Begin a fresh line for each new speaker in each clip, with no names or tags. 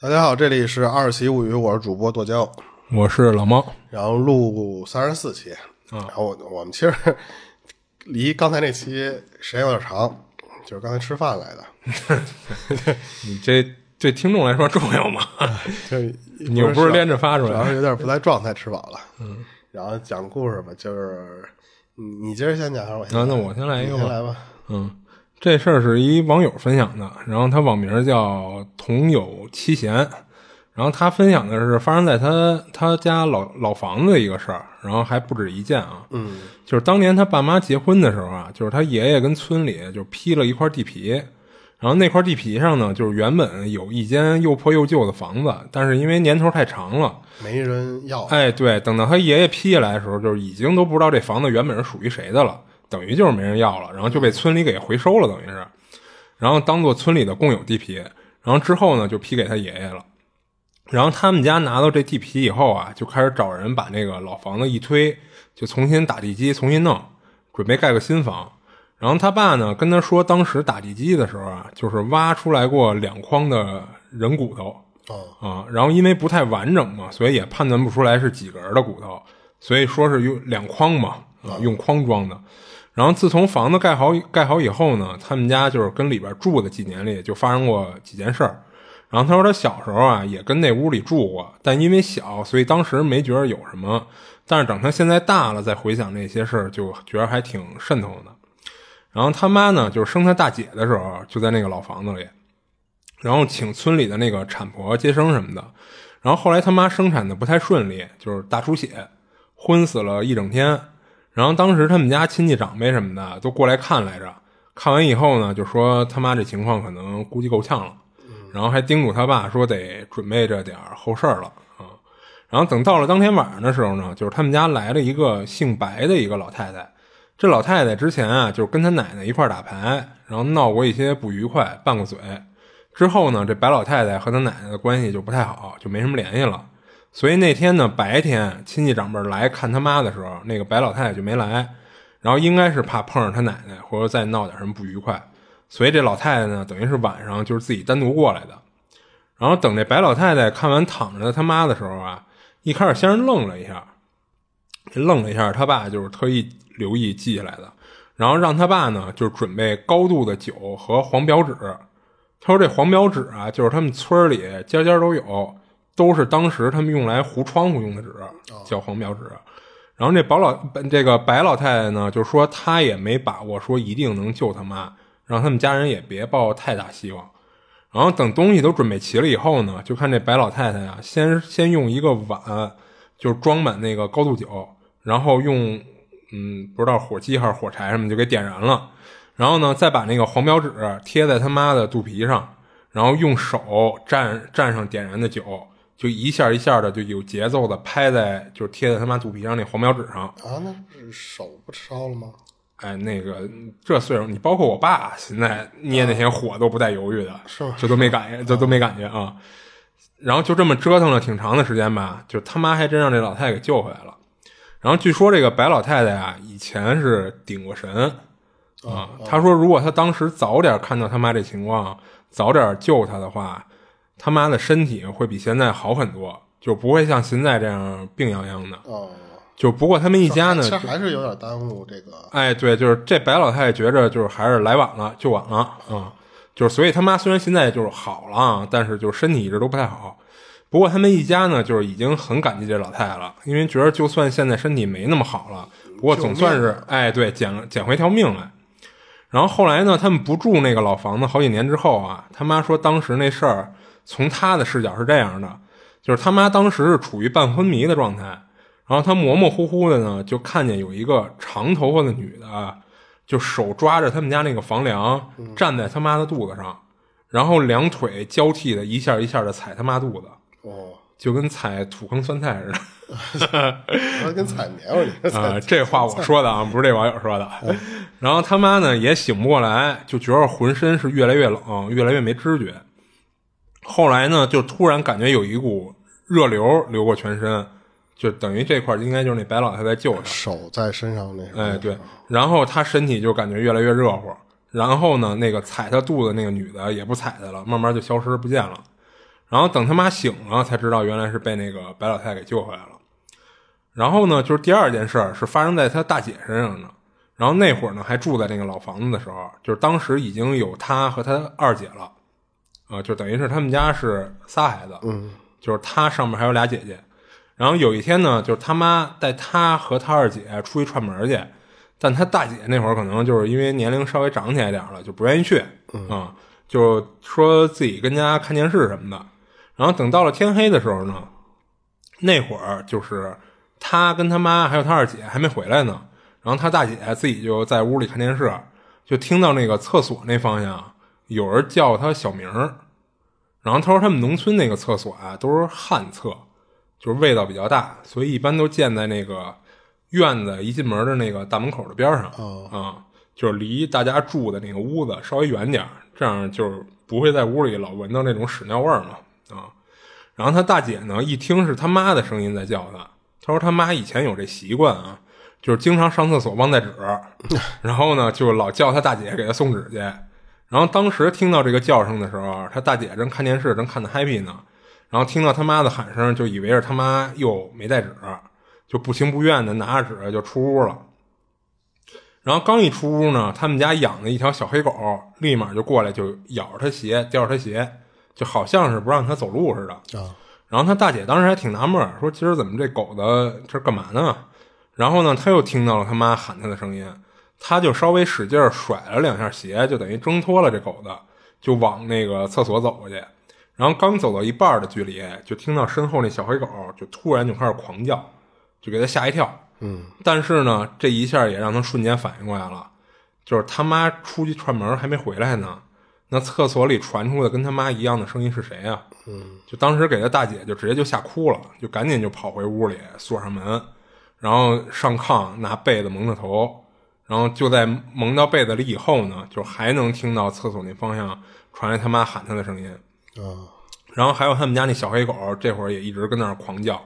大家好，这里是《二喜物语》，我是主播剁椒，
我是老猫，
然后录三十四期，
嗯
然后我我们其实离刚才那期时间有点长，就是刚才吃饭来的，
你这对听众来说重 要吗？
就是
你又不是连着发出
主要
来，
是有点不在状态，吃饱了，嗯，然后讲故事吧，就是你你今儿先讲还是我先
那
讲？
啊那我先来一
你
个
先
吧。
来吧，
嗯，这事儿是一网友分享的，然后他网名叫同友七贤，然后他分享的是发生在他他家老老房子的一个事儿，然后还不止一件啊。嗯，就是当年他爸妈结婚的时候啊，就是他爷爷跟村里就批了一块地皮。然后那块地皮上呢，就是原本有一间又破又旧的房子，但是因为年头太长了，
没人要，
哎，对，等到他爷爷批下来的时候，就是已经都不知道这房子原本是属于谁的了，等于就是没人要了，然后就被村里给回收了，等于是，然后当做村里的共有地皮，然后之后呢就批给他爷爷了。然后他们家拿到这地皮以后啊，就开始找人把那个老房子一推，就重新打地基，重新弄，准备盖个新房。然后他爸呢跟他说，当时打地基的时候啊，就是挖出来过两筐的人骨头，
哦，
啊，然后因为不太完整嘛，所以也判断不出来是几个人的骨头，所以说是用两筐嘛，啊，用筐装的。然后自从房子盖好盖好以后呢，他们家就是跟里边住的几年里就发生过几件事儿。然后他说他小时候啊也跟那屋里住过，但因为小，所以当时没觉得有什么。但是等他现在大了再回想那些事儿，就觉得还挺渗透的。然后他妈呢，就是生他大姐的时候，就在那个老房子里，然后请村里的那个产婆接生什么的。然后后来他妈生产的不太顺利，就是大出血，昏死了一整天。然后当时他们家亲戚长辈什么的都过来看来着，看完以后呢，就说他妈这情况可能估计够呛了，然后还叮嘱他爸说得准备着点儿后事儿了啊。然后等到了当天晚上的时候呢，就是他们家来了一个姓白的一个老太太。这老太太之前啊，就是跟她奶奶一块儿打牌，然后闹过一些不愉快，拌过嘴。之后呢，这白老太太和她奶奶的关系就不太好，就没什么联系了。所以那天呢，白天亲戚长辈来看他妈的时候，那个白老太太就没来，然后应该是怕碰上她奶奶，或者再闹点什么不愉快，所以这老太太呢，等于是晚上就是自己单独过来的。然后等这白老太太看完躺着的他妈的时候啊，一开始先是愣了一下，愣了一下，他爸就是特意留意记下来的，然后让他爸呢就是准备高度的酒和黄表纸。他说这黄表纸啊，就是他们村儿里家家都有，都是当时他们用来糊窗户用的纸，叫黄表纸。然后这白老这个白老太太呢，就说她也没把握说一定能救他妈，让他们家人也别抱太大希望。然后等东西都准备齐了以后呢，就看这白老太太啊，先先用一个碗，就是装满那个高度酒，然后用嗯不知道火机还是火柴什么就给点燃了，然后呢再把那个黄表纸贴在他妈的肚皮上，然后用手蘸蘸上点燃的酒，就一下一下的就有节奏的拍在就是贴在他妈肚皮上那黄表纸上，
啊，那是手不烧了吗？
哎，那个这岁数，你包括我爸，现在捏那些火都不带犹豫的，
是吗
这都没感觉，这都没感觉啊。然后就这么折腾了挺长的时间吧，就他妈还真让这老太太给救回来了。然后据说这个白老太太啊，以前是顶过神啊。她说，如果她当时早点看到他妈这情况，早点救她的话，他妈的身体会比现在好很多，就不会像现在这样病殃殃的。
哦，
就不过他们一家呢，
其实
就
还是有点耽误这个，
哎，对，就是这白老太太觉着就是还是来晚了，就晚了啊、就是所以他妈虽然现在就是好了啊，但是就是身体一直都不太好。不过他们一家呢，就是已经很感激这老太太了，因为觉得就算现在身体没那么好了，不过总算是哎，对，捡了捡回条命来。然后后来呢，他们不住那个老房子好几年之后啊，他妈说当时那事儿从他的视角是这样的，就是他妈当时是处于半昏迷的状态，然后他模模糊糊的呢就看见有一个长头发的女的啊，就手抓着他们家那个房梁，站在他妈的肚子上，然后两腿交替的一下一下的踩他妈肚子，
哦，
就跟踩土坑酸菜似的。
那跟踩棉花似
啊、
的，
这话我说的啊，不是这网友说的。然后他妈呢也醒不过来，就觉得浑身是越来越冷，越来越没知觉。后来呢，就突然感觉有一股热流流过全身，就等于这块儿应该就是那白老太太救他。
手在身上那什么，
哎，对，然后他身体就感觉越来越热乎，然后呢，那个踩他肚子那个女的也不踩他了，慢慢就消失不见了。然后等他妈醒了，才知道原来是被那个白老太给救回来了。然后呢，就是第二件事儿是发生在他大姐身上的。然后那会儿呢，还住在那个老房子的时候，就是当时已经有他和他二姐了，啊、就等于是他们家是仨孩子，嗯，就是他上面还有俩姐姐。然后有一天呢，就是他妈带他和他二姐出去串门儿去，但他大姐那会儿可能就是因为年龄稍微长起来点儿了，就不愿意去，啊、就说自己跟家看电视什么的。然后等到了天黑的时候呢，那会儿就是他跟他妈还有他二姐还没回来呢，然后他大姐自己就在屋里看电视，就听到那个厕所那方向有人叫他小名儿，然后他说他们农村那个厕所啊都是旱厕，就是味道比较大，所以一般都建在那个院子一进门的那个大门口的边儿上啊、
哦
就是离大家住的那个屋子稍微远点儿，这样就是不会在屋里老闻到那种屎尿味儿嘛啊。然后他大姐呢，一听是他妈的声音在叫他，她说他妈以前有这习惯啊，就是经常上厕所忘带纸，然后呢就老叫他大姐给他送纸去。然后当时听到这个叫声的时候，啊他大姐正看电视，正看的 happy 呢，然后听到他妈的喊声，就以为是他妈又没带纸，就不情不愿的拿着纸就出屋了。然后刚一出屋呢，他们家养的一条小黑狗立马就过来，就咬着他鞋，叼着他鞋，就好像是不让他走路似的。
啊，
然后他大姐当时还挺纳闷儿，说今儿怎么这狗的这干嘛呢？然后呢，他又听到了他妈喊他的声音，他就稍微使劲儿甩了两下鞋，就等于挣脱了这狗的，就往那个厕所走过去。然后刚走到一半儿的距离，就听到身后那小黑狗就突然就开始狂叫，就给他吓一跳。
嗯，
但是呢，这一下也让他瞬间反应过来了，就是他妈出去串门还没回来呢，那厕所里传出的跟他妈一样的声音是谁啊？嗯，就当时给他大姐就直接就吓哭了，就赶紧就跑回屋里锁上门，然后上炕拿被子蒙着头，然后就在蒙到被子里以后呢，就还能听到厕所那方向传来他妈喊他的声音。
啊，
然后还有他们家那小黑狗，这会儿也一直跟那儿狂叫，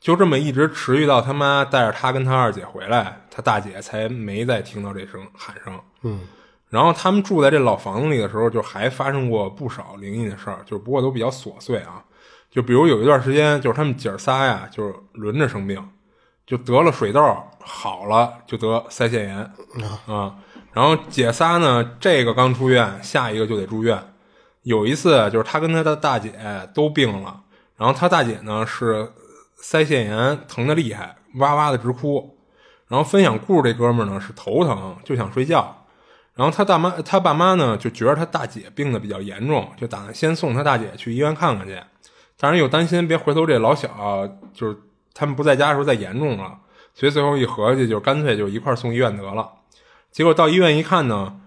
就这么一直持续到他妈带着他跟他二姐回来，他大姐才没再听到这声喊声。
嗯，
然后他们住在这老房子里的时候，就还发生过不少灵异的事儿，就不过都比较琐碎啊。就比如有一段时间，就是他们姐儿仨呀，就是轮着生病，就得了水痘，好了就得腮腺炎啊。然后姐仨呢，这个刚出院，下一个就得住院。有一次就是他跟他的大姐都病了，然后他大姐呢是腮腺炎疼的厉害，哇哇的直哭。然后分享故事这哥们儿呢是头疼就想睡觉，然后他大妈他爸妈呢就觉得他大姐病的比较严重，就打算先送他大姐去医院看看去，但是又担心别回头这老小、就是他们不在家的时候再严重了，所以最后一合计就干脆就一块儿送医院得了。结果到医院一看呢，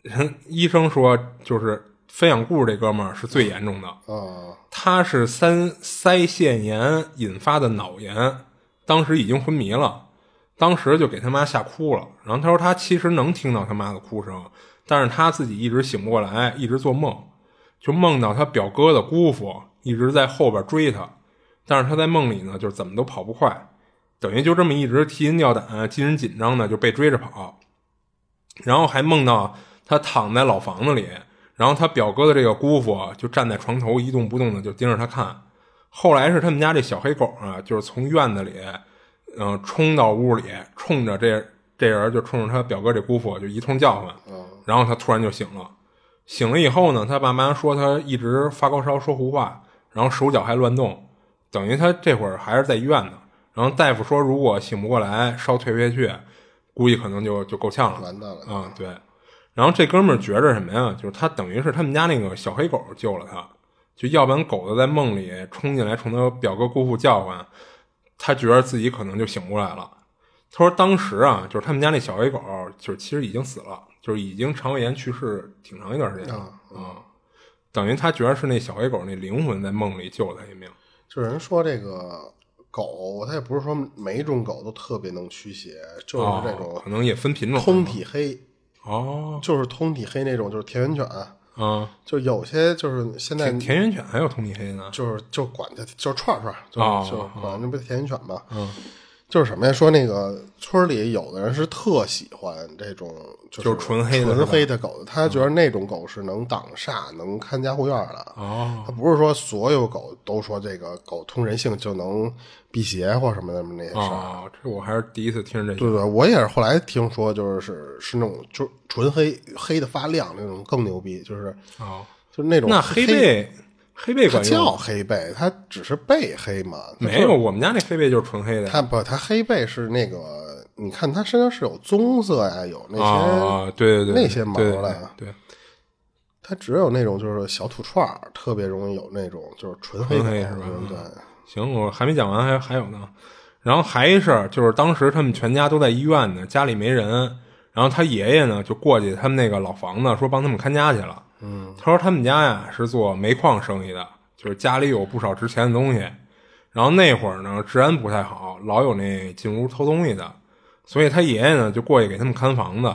人 医生说就是分享故事这哥们儿是最严重的，
啊，
他是三腮腺炎引发的脑炎，当时已经昏迷了，当时就给他妈吓哭了。然后他说他其实能听到他妈的哭声，但是他自己一直醒不过来，一直做梦，就梦到他表哥的姑父一直在后边追他，但是他在梦里呢，就是怎么都跑不快，等于就这么一直提心吊胆、精神紧张的就被追着跑。然后还梦到他躺在老房子里，然后他表哥的这个姑父就站在床头一动不动的就盯着他看。后来是他们家这小黑狗啊，就是从院子里，嗯、冲到屋里，冲着这这人就冲着他表哥这姑父就一通叫唤，
啊
然后他突然就醒了。醒了以后呢，他爸妈说他一直发高烧，说胡话，然后手脚还乱动，等于他这会儿还是在医院呢。然后大夫说，如果醒不过来，烧退不下去，估计可能就就够呛了。
完蛋了，
啊，对。然后这哥们儿觉着什么呀？就是他等于是他们家那个小黑狗救了他，就要不然狗子在梦里冲进来冲他表哥姑父叫唤，他觉得自己可能就醒不过来了。他说当时啊，就是他们家那小黑狗，就是其实已经死了，就是已经肠胃炎去世挺长一段时间了啊、等于他觉得是那小黑狗那灵魂在梦里救了他一命。
就是人说这个狗，它也不是说每一种狗都特别能驱邪，就是这
哦
种
可能也分品种
通体黑，
哦，
就是通体黑那种，就是田园犬，
啊，
就有些就是现在
田田园犬还有通体黑呢，
就是就管它就是串串，就
哦
就管那不是田园犬嘛，嗯，就是什么呀？说那个村里有的人是特喜欢这种，就
就是是纯黑的是吧
纯黑的狗的，他觉得那种狗是能挡煞、能看家护院的。
哦，
他不是说所有狗都说这个狗通人性就能辟邪或什么的那些事儿。
哦，这我还是第一次听这
对对，我也是后来听说，就是是是那种就是纯黑黑的发亮那种更牛逼，就是
哦，
就是那种
那
黑
黑背黑背
它
管用
叫黑背，它只是背黑嘛，它
没有？我们家那黑背就是纯黑的啊
它不，它黑背是那个，你看它身上是有棕色呀，有那些，
啊，对对对，
那些毛
对
了呀
对对，
它只有那种就是小土串儿，特别容易有那种就是纯黑的
纯黑是吧
嗯对，
行，我还没讲完，还还有呢。然后还一事儿，就是当时他们全家都在医院呢，家里没人。然后他爷爷呢就过去他们那个老房子，说帮他们看家去了。嗯，他说他们家呀是做煤矿生意的，就是家里有不少值钱的东西。然后那会儿呢治安不太好，老有那进屋偷东西的，所以他爷爷呢就过去给他们看房子。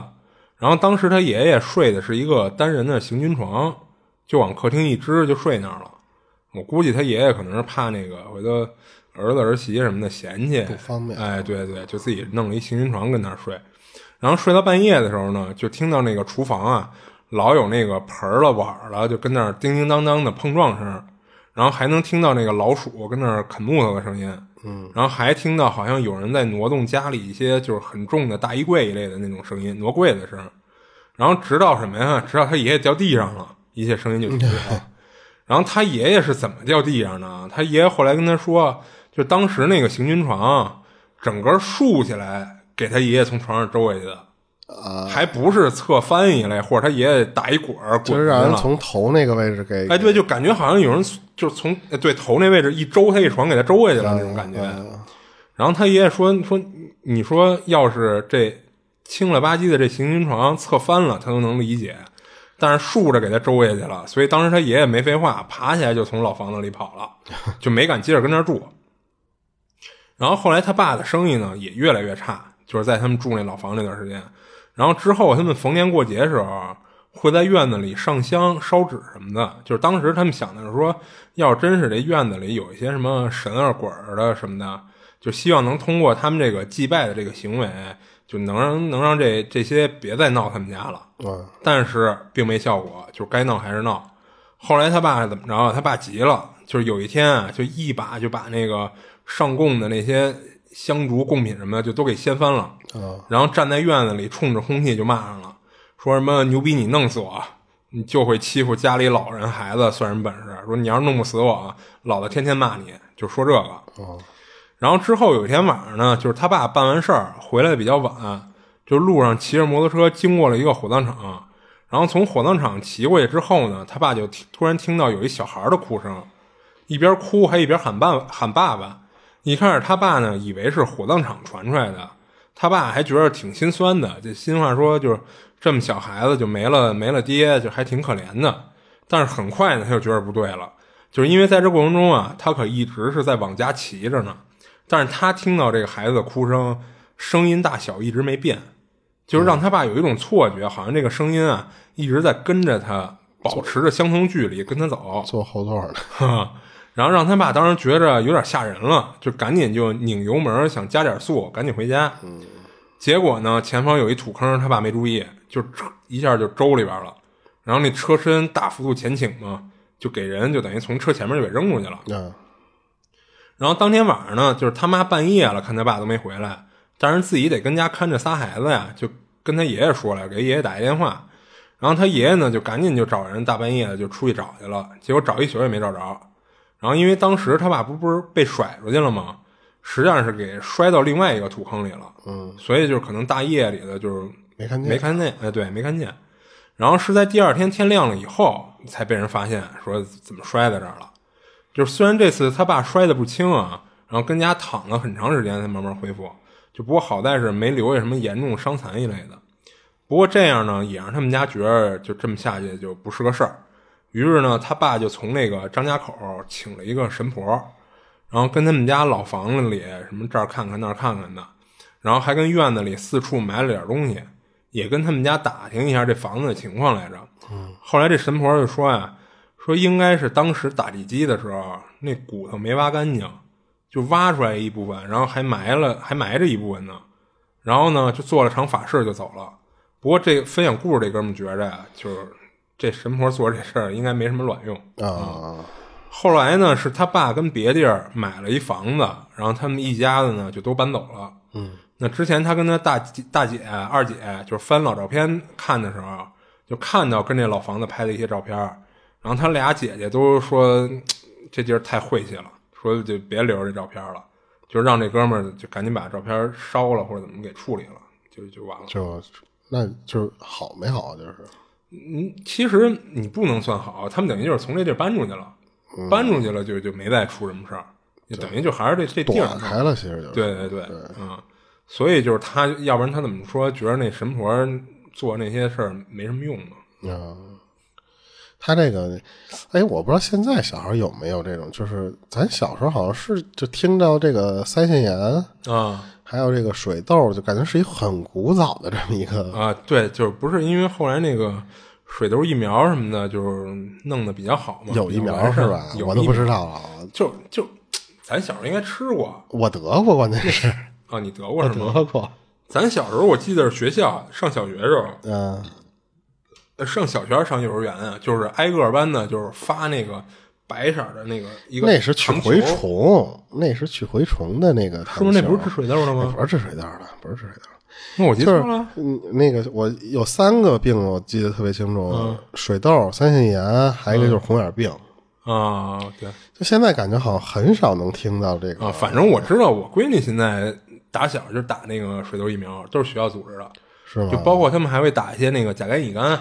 然后当时他爷爷睡的是一个单人的行军床，就往客厅一支就睡那儿了。我估计他爷爷可能是怕那个回头儿子儿媳什么的嫌弃，
不方便
哎，对对，就自己弄了一行军床跟那儿睡。然后睡到半夜的时候呢，就听到那个厨房啊老有那个盆儿了碗儿了，就跟那儿叮叮当当的碰撞声，然后还能听到那个老鼠跟那儿啃木头的声音。嗯，然后还听到好像有人在挪动家里一些就是很重的大衣柜一类的那种声音，挪柜子声。然后直到什么呀？直到他爷爷掉地上了，一切声音就停止
嗯
了。 然后他爷爷是怎么掉地上呢？他爷爷后来跟他说，就当时那个行军床整个竖起来，给他爷爷从床上周下去的，
啊，
还不是侧翻一类，或者他爷爷打一滚儿
就
滚
是
下
让
去
人
了。
从头那个位置给
哎，对，就感觉好像有人就是从呃对头那位置一周他一床给他周下去了那种
嗯
感觉。然后他爷爷说说，你说要是这轻了吧唧的这行军床侧翻了，他都能理解，但是竖着给他周下去了，所以当时他爷爷没废话，爬起来就从老房子里跑了，就没敢接着跟那儿住。然后后来他爸的生意呢也越来越差，就是在他们住那老房那段时间。然后之后他们逢年过节的时候会在院子里上香、烧纸什么的。就是当时他们想的是说，要真是这院子里有一些什么神啊、鬼儿的什么的，就希望能通过他们这个祭拜的这个行为，就能让能让这这些别再闹他们家了。
嗯，
但是并没效果，就是该闹还是闹。后来他爸怎么着啊？他爸急了，就是有一天啊，就一把就把那个上供的那些香烛贡品什么的，就都给掀翻了。然后站在院子里，冲着空气就骂上了，说什么“牛逼你弄死我，你就会欺负家里老人孩子，算什么本事？说你要是弄不死我啊，老子天天骂你。”就说这个。然后之后有一天晚上呢，就是他爸办完事儿回来比较晚，就路上骑着摩托车经过了一个火葬场，然后从火葬场骑过去之后呢，他爸就听突然听到有一小孩的哭声，一边哭还一边喊爸喊爸爸。一开始他爸呢以为是火葬场传出来的，他爸还觉得挺心酸的，这心话说就是这么小孩子就没了没了爹，就还挺可怜的。但是很快呢，他就觉得不对了，就是因为在这过程中啊，他可一直是在往家骑着呢，但是他听到这个孩子的哭声，声音大小一直没变，就是让他爸有一种错觉，好像这个声音啊一直在跟着他，保持着相同距离跟他走。
坐后座的，
哈，然后让他爸当时觉着有点吓人了，就赶紧就拧油门，想加点速，赶紧回家。嗯，结果呢，前方有一土坑，他爸没注意，就哧一下就周里边了。然后那车身大幅度前倾嘛，就给人就等于从车前面就给扔过去了。
嗯，
然后当天晚上呢，就是他妈半夜了，看他爸都没回来，但是自己得跟家看着仨孩子呀，就跟他爷爷说了，给爷爷打一电话。然后他爷爷呢，就赶紧就找人，大半夜的就出去找去了，结果找一宿也没找着。然后因为当时他爸不不是被甩出去了吗？实际上是给摔到另外一个土坑里了，嗯，所以就是可能大夜里的就是
没看见
没看见，哎，对，没看见。然后是在第二天天亮了以后，才被人发现，说怎么摔在这儿了。就是虽然这次他爸摔得不轻啊，然后跟家躺了很长时间才慢慢恢复，就不过好在是没留下什么严重伤残一类的。不过这样呢，也让他们家觉得就这么下去就不是个事儿。于是呢，他爸就从那个张家口请了一个神婆，然后跟他们家老房子里什么这儿看看那儿看看的，然后还跟院子里四处买了点东西，也跟他们家打听一下这房子的情况来着。后来这神婆就说呀、说应该是当时打地基的时候那骨头没挖干净，就挖出来一部分，然后还埋了，还埋着一部分呢。然后呢，就做了场法事就走了。不过这分享故事这哥们觉着呀，就是这神婆做这事儿应该没什么卵用。
啊，
后来呢，是他爸跟别地儿买了一房子，然后他们一家子呢就都搬走了。
嗯，
那之前他跟他大姐大姐、二姐就是翻老照片看的时候，就看到跟这老房子拍的一些照片儿，然后他俩姐姐都说嘖这地儿太晦气了，说就别留着这照片了，就让这哥们儿就赶紧把照片烧了或者怎么给处理了，就就完了。
就那就是好没好，就是
嗯，其实你不能算好，他们等于就是从这地儿搬出去了，
嗯
搬出去了就就没再出什么事儿，就等于就还是这这地儿
躲开了，其实就是
对对对，嗯，所以就是他，要不然他怎么说？觉得那神婆做那些事儿没什么用嘛？
啊，他这个，哎，我不知道现在小孩有没有这种，就是咱小时候好像是就听到这个腮腺炎，
啊
还有这个水痘，就感觉是一很古早的这么一个，
啊，对，就是不是因为后来那个水痘疫苗什么的，就是弄得比较好嘛？
有
比
疫
较
苗
完
是
善
吧？
有
我都
疫
不
苗
知道了，
就就咱小时候应该吃过
我得过，关键是
啊，你得过是吗？
得过，
咱小时候我记得是学校上小学时候，
嗯
呃上小学上幼儿园啊，就是挨个儿班呢，就是发那个白色儿的那个一个
那是去
糖球
蛔，虫，那是去蛔虫的那个糖
是
球，
不是那不是治水痘的
那哎
吗？
不是治水痘的，不是治水痘的。
那我记
就
错啊
是
了。
嗯，那个我有三个病，我记得特别清楚，水痘、腮腺炎，还有一个就是红眼病。
啊，对
就现在感觉好像很少能听到这个
啊，反正我知道，我闺女现在打小就打那个水痘疫苗，都是学校组
哦
织的，
是吗
就包括他们还会打一些那个甲肝、乙肝，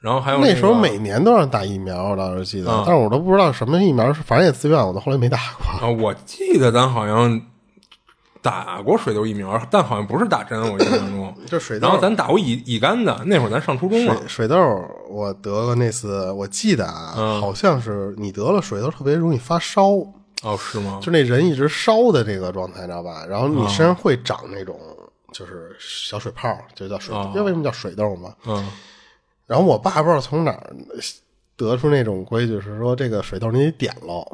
然后还有、
那嗯
个、
时候每年都让打疫苗，我倒是记得，
啊
但是我都不知道什么疫苗是，反正也自愿，我都后来没打过。
啊，我记得咱好像打过水痘疫苗，但好像不是打针，我印象中
就水痘
然后咱打过乙乙肝的，那会儿咱上初中了
水水痘，我得了那次，我记得啊，好像是你得了水痘特别容易发烧，
哦，是吗？
就那人一直烧的这个状态，你知道吧？然后
啊
你身上会长那种就是小水泡，就叫水，
哦
知道为什么叫水痘吗？
嗯，
然后我爸不知道从哪儿得出那种规矩，是说这个水痘你得点喽。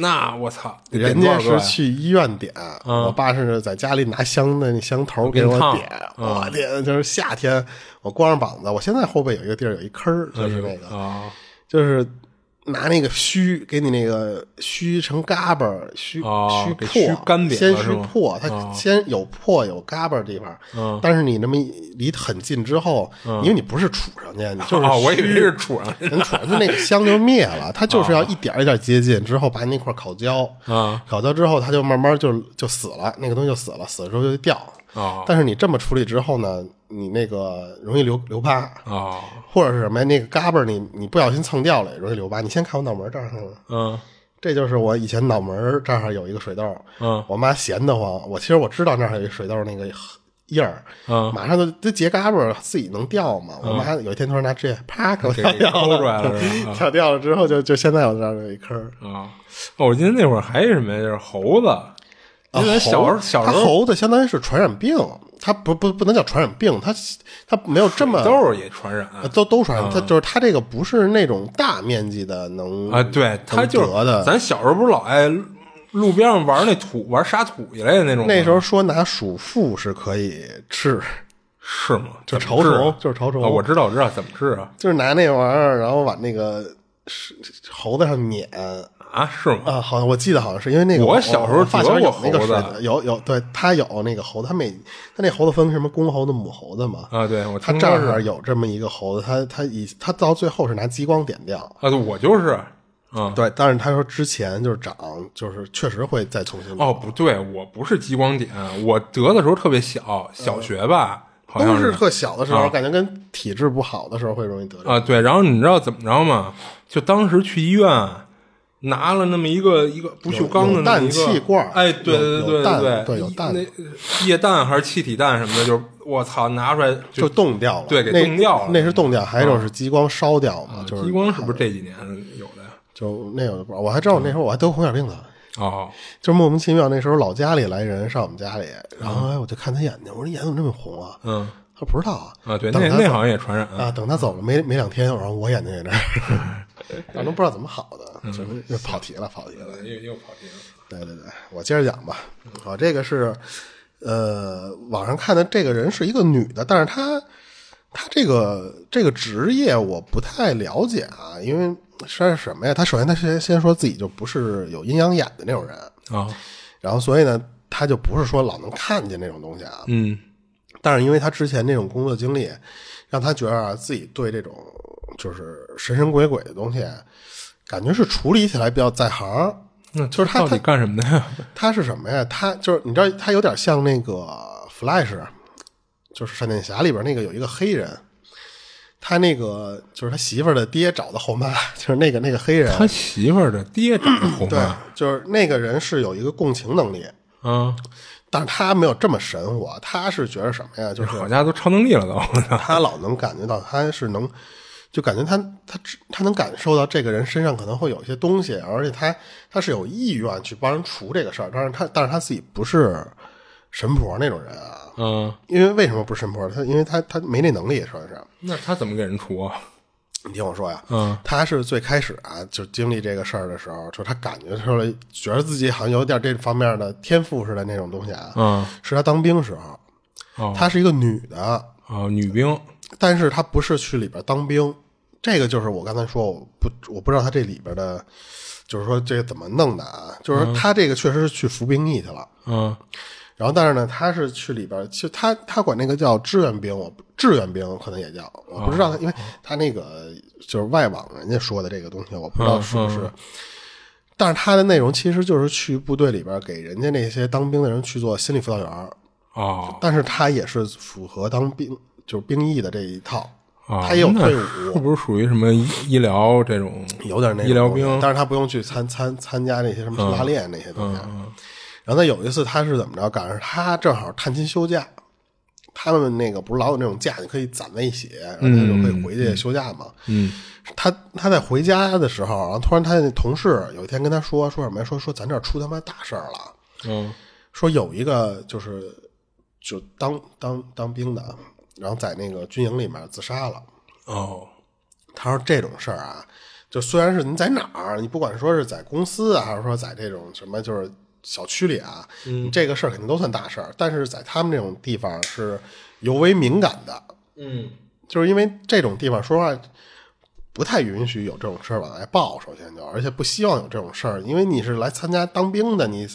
那我操，得
人
点
家
多少个
是
呀
去医院点，
嗯
我爸是在家里拿香的那香头
给
给
你
我
烫啊
点。我天，就是夏天我光着膀子，我现在后背有一个地儿有一坑儿，就是那个，
啊
就是拿那个须给你那个须成嘎巴儿，须
哦
须
给
破，
须干瘪了
先
是
须
吗哦
破，它先有破有嘎巴儿的地方，
嗯
但是你那么一离得很近之后，因为你不是杵上去，你就是
哦，我以为
须
是哦杵上 去
人杵上去那个香就灭了，它就是要一点儿一点儿接近，之后把那块烤焦，
啊
烤焦之后它就慢慢就就死了，那个东西就死了，死了之后就掉。
哦
但是你这么处理之后呢，你那个容易留留疤，
哦，
或者是什么呀那个嘎巴儿你你不小心蹭掉了也容易留疤。你先看我脑门儿这儿看看，
嗯
这就是我以前脑门儿这儿有一个水痘，
嗯
我妈闲得慌，我其实我知道那儿有一水痘那个印儿，
嗯
马上就这结嘎巴儿自己能掉嘛。我妈有一天突然拿指甲啪给我
给
挑掉
抠出来了 是吧啊
挑掉了之后就就现在我这儿有一坑儿。
啊、哦，我记得那会儿还有什么呀？就是猴子，因为咱小时候、
啊猴
小
它
时候
猴子相当于是传染病，它不不不能叫传染病，它它没有这么
痘儿也传染
呃都都传染，它就是它这个不是那种大面积的能
嗯啊，对，他
能
就
得的
是咱小时候不是老爱路边上玩那土玩沙土一类的那种吗，
那时候说拿鼠妇是可以治，
是吗？
就
怎
潮
么治啊
虫，就是潮虫。
啊，我知道，我知道怎么治啊
就是拿那玩意儿，然后往那个是猴子上碾
啊，是吗？
啊，好像我记得好像是因为那个
我小时候
我发小
得过
有那个
猴
水
子
的，有有对，他有那个猴子，他每他那猴子分什么公猴子、母猴子嘛。
啊，对我
他
听
这
说
儿
是
有这么一个猴子，他他以他到最后是拿激光点掉，
啊，对我就是啊，
对，但是他说之前就是长，就是确实会再重新
哦，不对，我不是激光点，我得的时候特别小，小学吧，好
嗯都
像
是特小的时候，
啊
感觉跟体质不好的时候会容易得这个。
啊，对，然后你知道怎么着吗？就当时去医院拿了那么一个一个不锈钢的
有
那么
氮
一个
气罐儿
哎，对
有
对
有
对
氮
对
对有氮
那液氮还是气体氮什么的，就是我操，拿出来
就
就
冻掉了，
对给
那
冻掉了啊
那是冻掉，还有一种是激光烧掉嘛，就是
激光是不是这几年有的呀？
就那有的不知道，我还知道我那时候我还得红眼病呢，
哦，
就莫名其妙那时候老家里来人上我们家里，然后哎我就看他眼睛，我说你眼怎么这么红啊？
嗯
他说不知道啊，
啊，对，
等
那
他
那好像也传染
啊，等他走了没没两天，我说我眼睛也这样，但是都不知道怎么好
嗯
的，什么又跑题了，跑题了。
又又跑题了。
对对对，我接着讲吧。我这个是，呃，网上看的这个人是一个女的，但是她她这个这个职业我不太了解啊，因为她是什么呀？她首先她先先说自己就不是有阴阳眼的那种人，
啊，
然后所以呢，她就不是说老能看见那种东西啊。
嗯
但是因为她之前那种工作经历，让她觉得啊自己对这种就是神神鬼鬼的东西，啊感觉是处理起来比较在行儿。
那
就是他
到底干什么的呀？
他是什么呀？他就是你知道，他有点像那个 Flash，就是闪电侠里边那个有一个黑人，他那个就是他媳妇儿的爹找的后妈， 就是那个那个黑人，
他媳妇儿的爹长得红
对
啊，，
就是那个人是有一个共情能力，
啊，
但是他没有这么神乎，他是觉得什么呀？就是
好家伙，都超能力了都， 我操！
他老能感觉到他是能，就感觉他他知他能感受到这个人身上可能会有一些东西，而且他他是有意愿去帮人除这个事儿，但是他但是他自己不是神婆那种人啊，
嗯，
因为为什么不是神婆？他因为他他没那能力，说是
那他怎么给人除啊？
你听我说呀，
嗯
他是最开始啊就经历这个事儿的时候，就是他感觉出来，觉得自己好像有点这方面的天赋似的那种东西啊，
嗯，
是他当兵时候，
哦
她是一个女的，
哦，女兵
但是他不是去里边当兵，这个就是我刚才说我不我不知道他这里边的，就是说这怎么弄的啊？就是说他这个确实是去服兵役去了，
嗯
然后但是呢，他是去里边，其实他他管那个叫志愿兵，我不志愿兵可能也叫，我不知道他，因为他那个就是外网人家说的这个东西，我不知道是不是。但是他的内容其实就是去部队里边给人家那些当兵的人去做心理辅导员儿，
哦
但是他也是符合当兵就是兵役的这一套。
哦，
他也有
那
退伍
是不是属于什么医医疗这种？
有点那种
医疗
东西
兵
但是他不用去参参参加那些什么拉练那些东西。
嗯
然后他有一次他是怎么着？赶上他正好探亲休假，他们那个不是老有那种假，你可以攒在一起，然后他就可以回去休假嘛。
嗯
他他在回家的时候，然后突然他那同事有一天跟他说说什么呀？说说咱这儿出他妈大事儿了，
嗯
说有一个就是就当当当兵的，啊然后在那个军营里面自杀了。
哦
他说这种事儿啊，就虽然是你在哪儿，你不管说是在公司啊，还是说在这种什么就是小区里啊，你这个事儿肯定都算大事儿，但是在他们这种地方是尤为敏感的，
嗯
就是因为这种地方说实话不太允许有这种事儿往外报，首先就而且不希望有这种事儿，因为你是来参加当兵的，你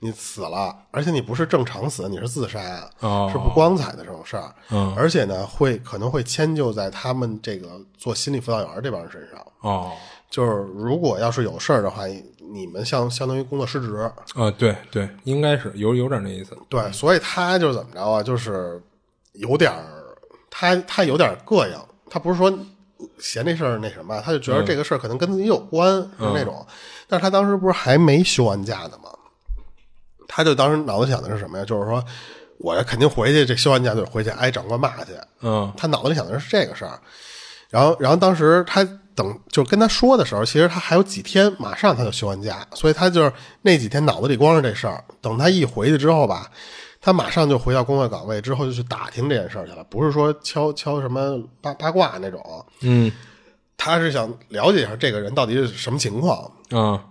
你死了，而且你不是正常死，你是自杀，啊
哦
是不光彩的这种事儿，
嗯
而且呢会可能会迁就在他们这个做心理辅导员这帮人身上，
哦
就是如果要是有事儿的话，你们相相当于工作失职，
啊，对对，应该是有有点那意思。
对，所以他就是怎么着啊，就是有点儿，他他有点儿膈应，他不是说嫌这事儿那什么，他就觉得这个事儿可能跟自己有关，就是那种。但是他当时不是还没休完假呢吗？他就当时脑子想的是什么呀？就是说，我这肯定回去，这休完假就得回去挨长官骂去。
嗯
他脑子里想的是这个事儿。然后，然后当时他等就跟他说的时候，其实他还有几天，马上他就休完假，所以他就是那几天脑子里光是这事儿。等他一回去之后吧，他马上就回到工作岗位，之后就去打听这件事儿去了，不是说敲敲什么八八卦那种，
嗯
他是想了解一下这个人到底是什么情况。
啊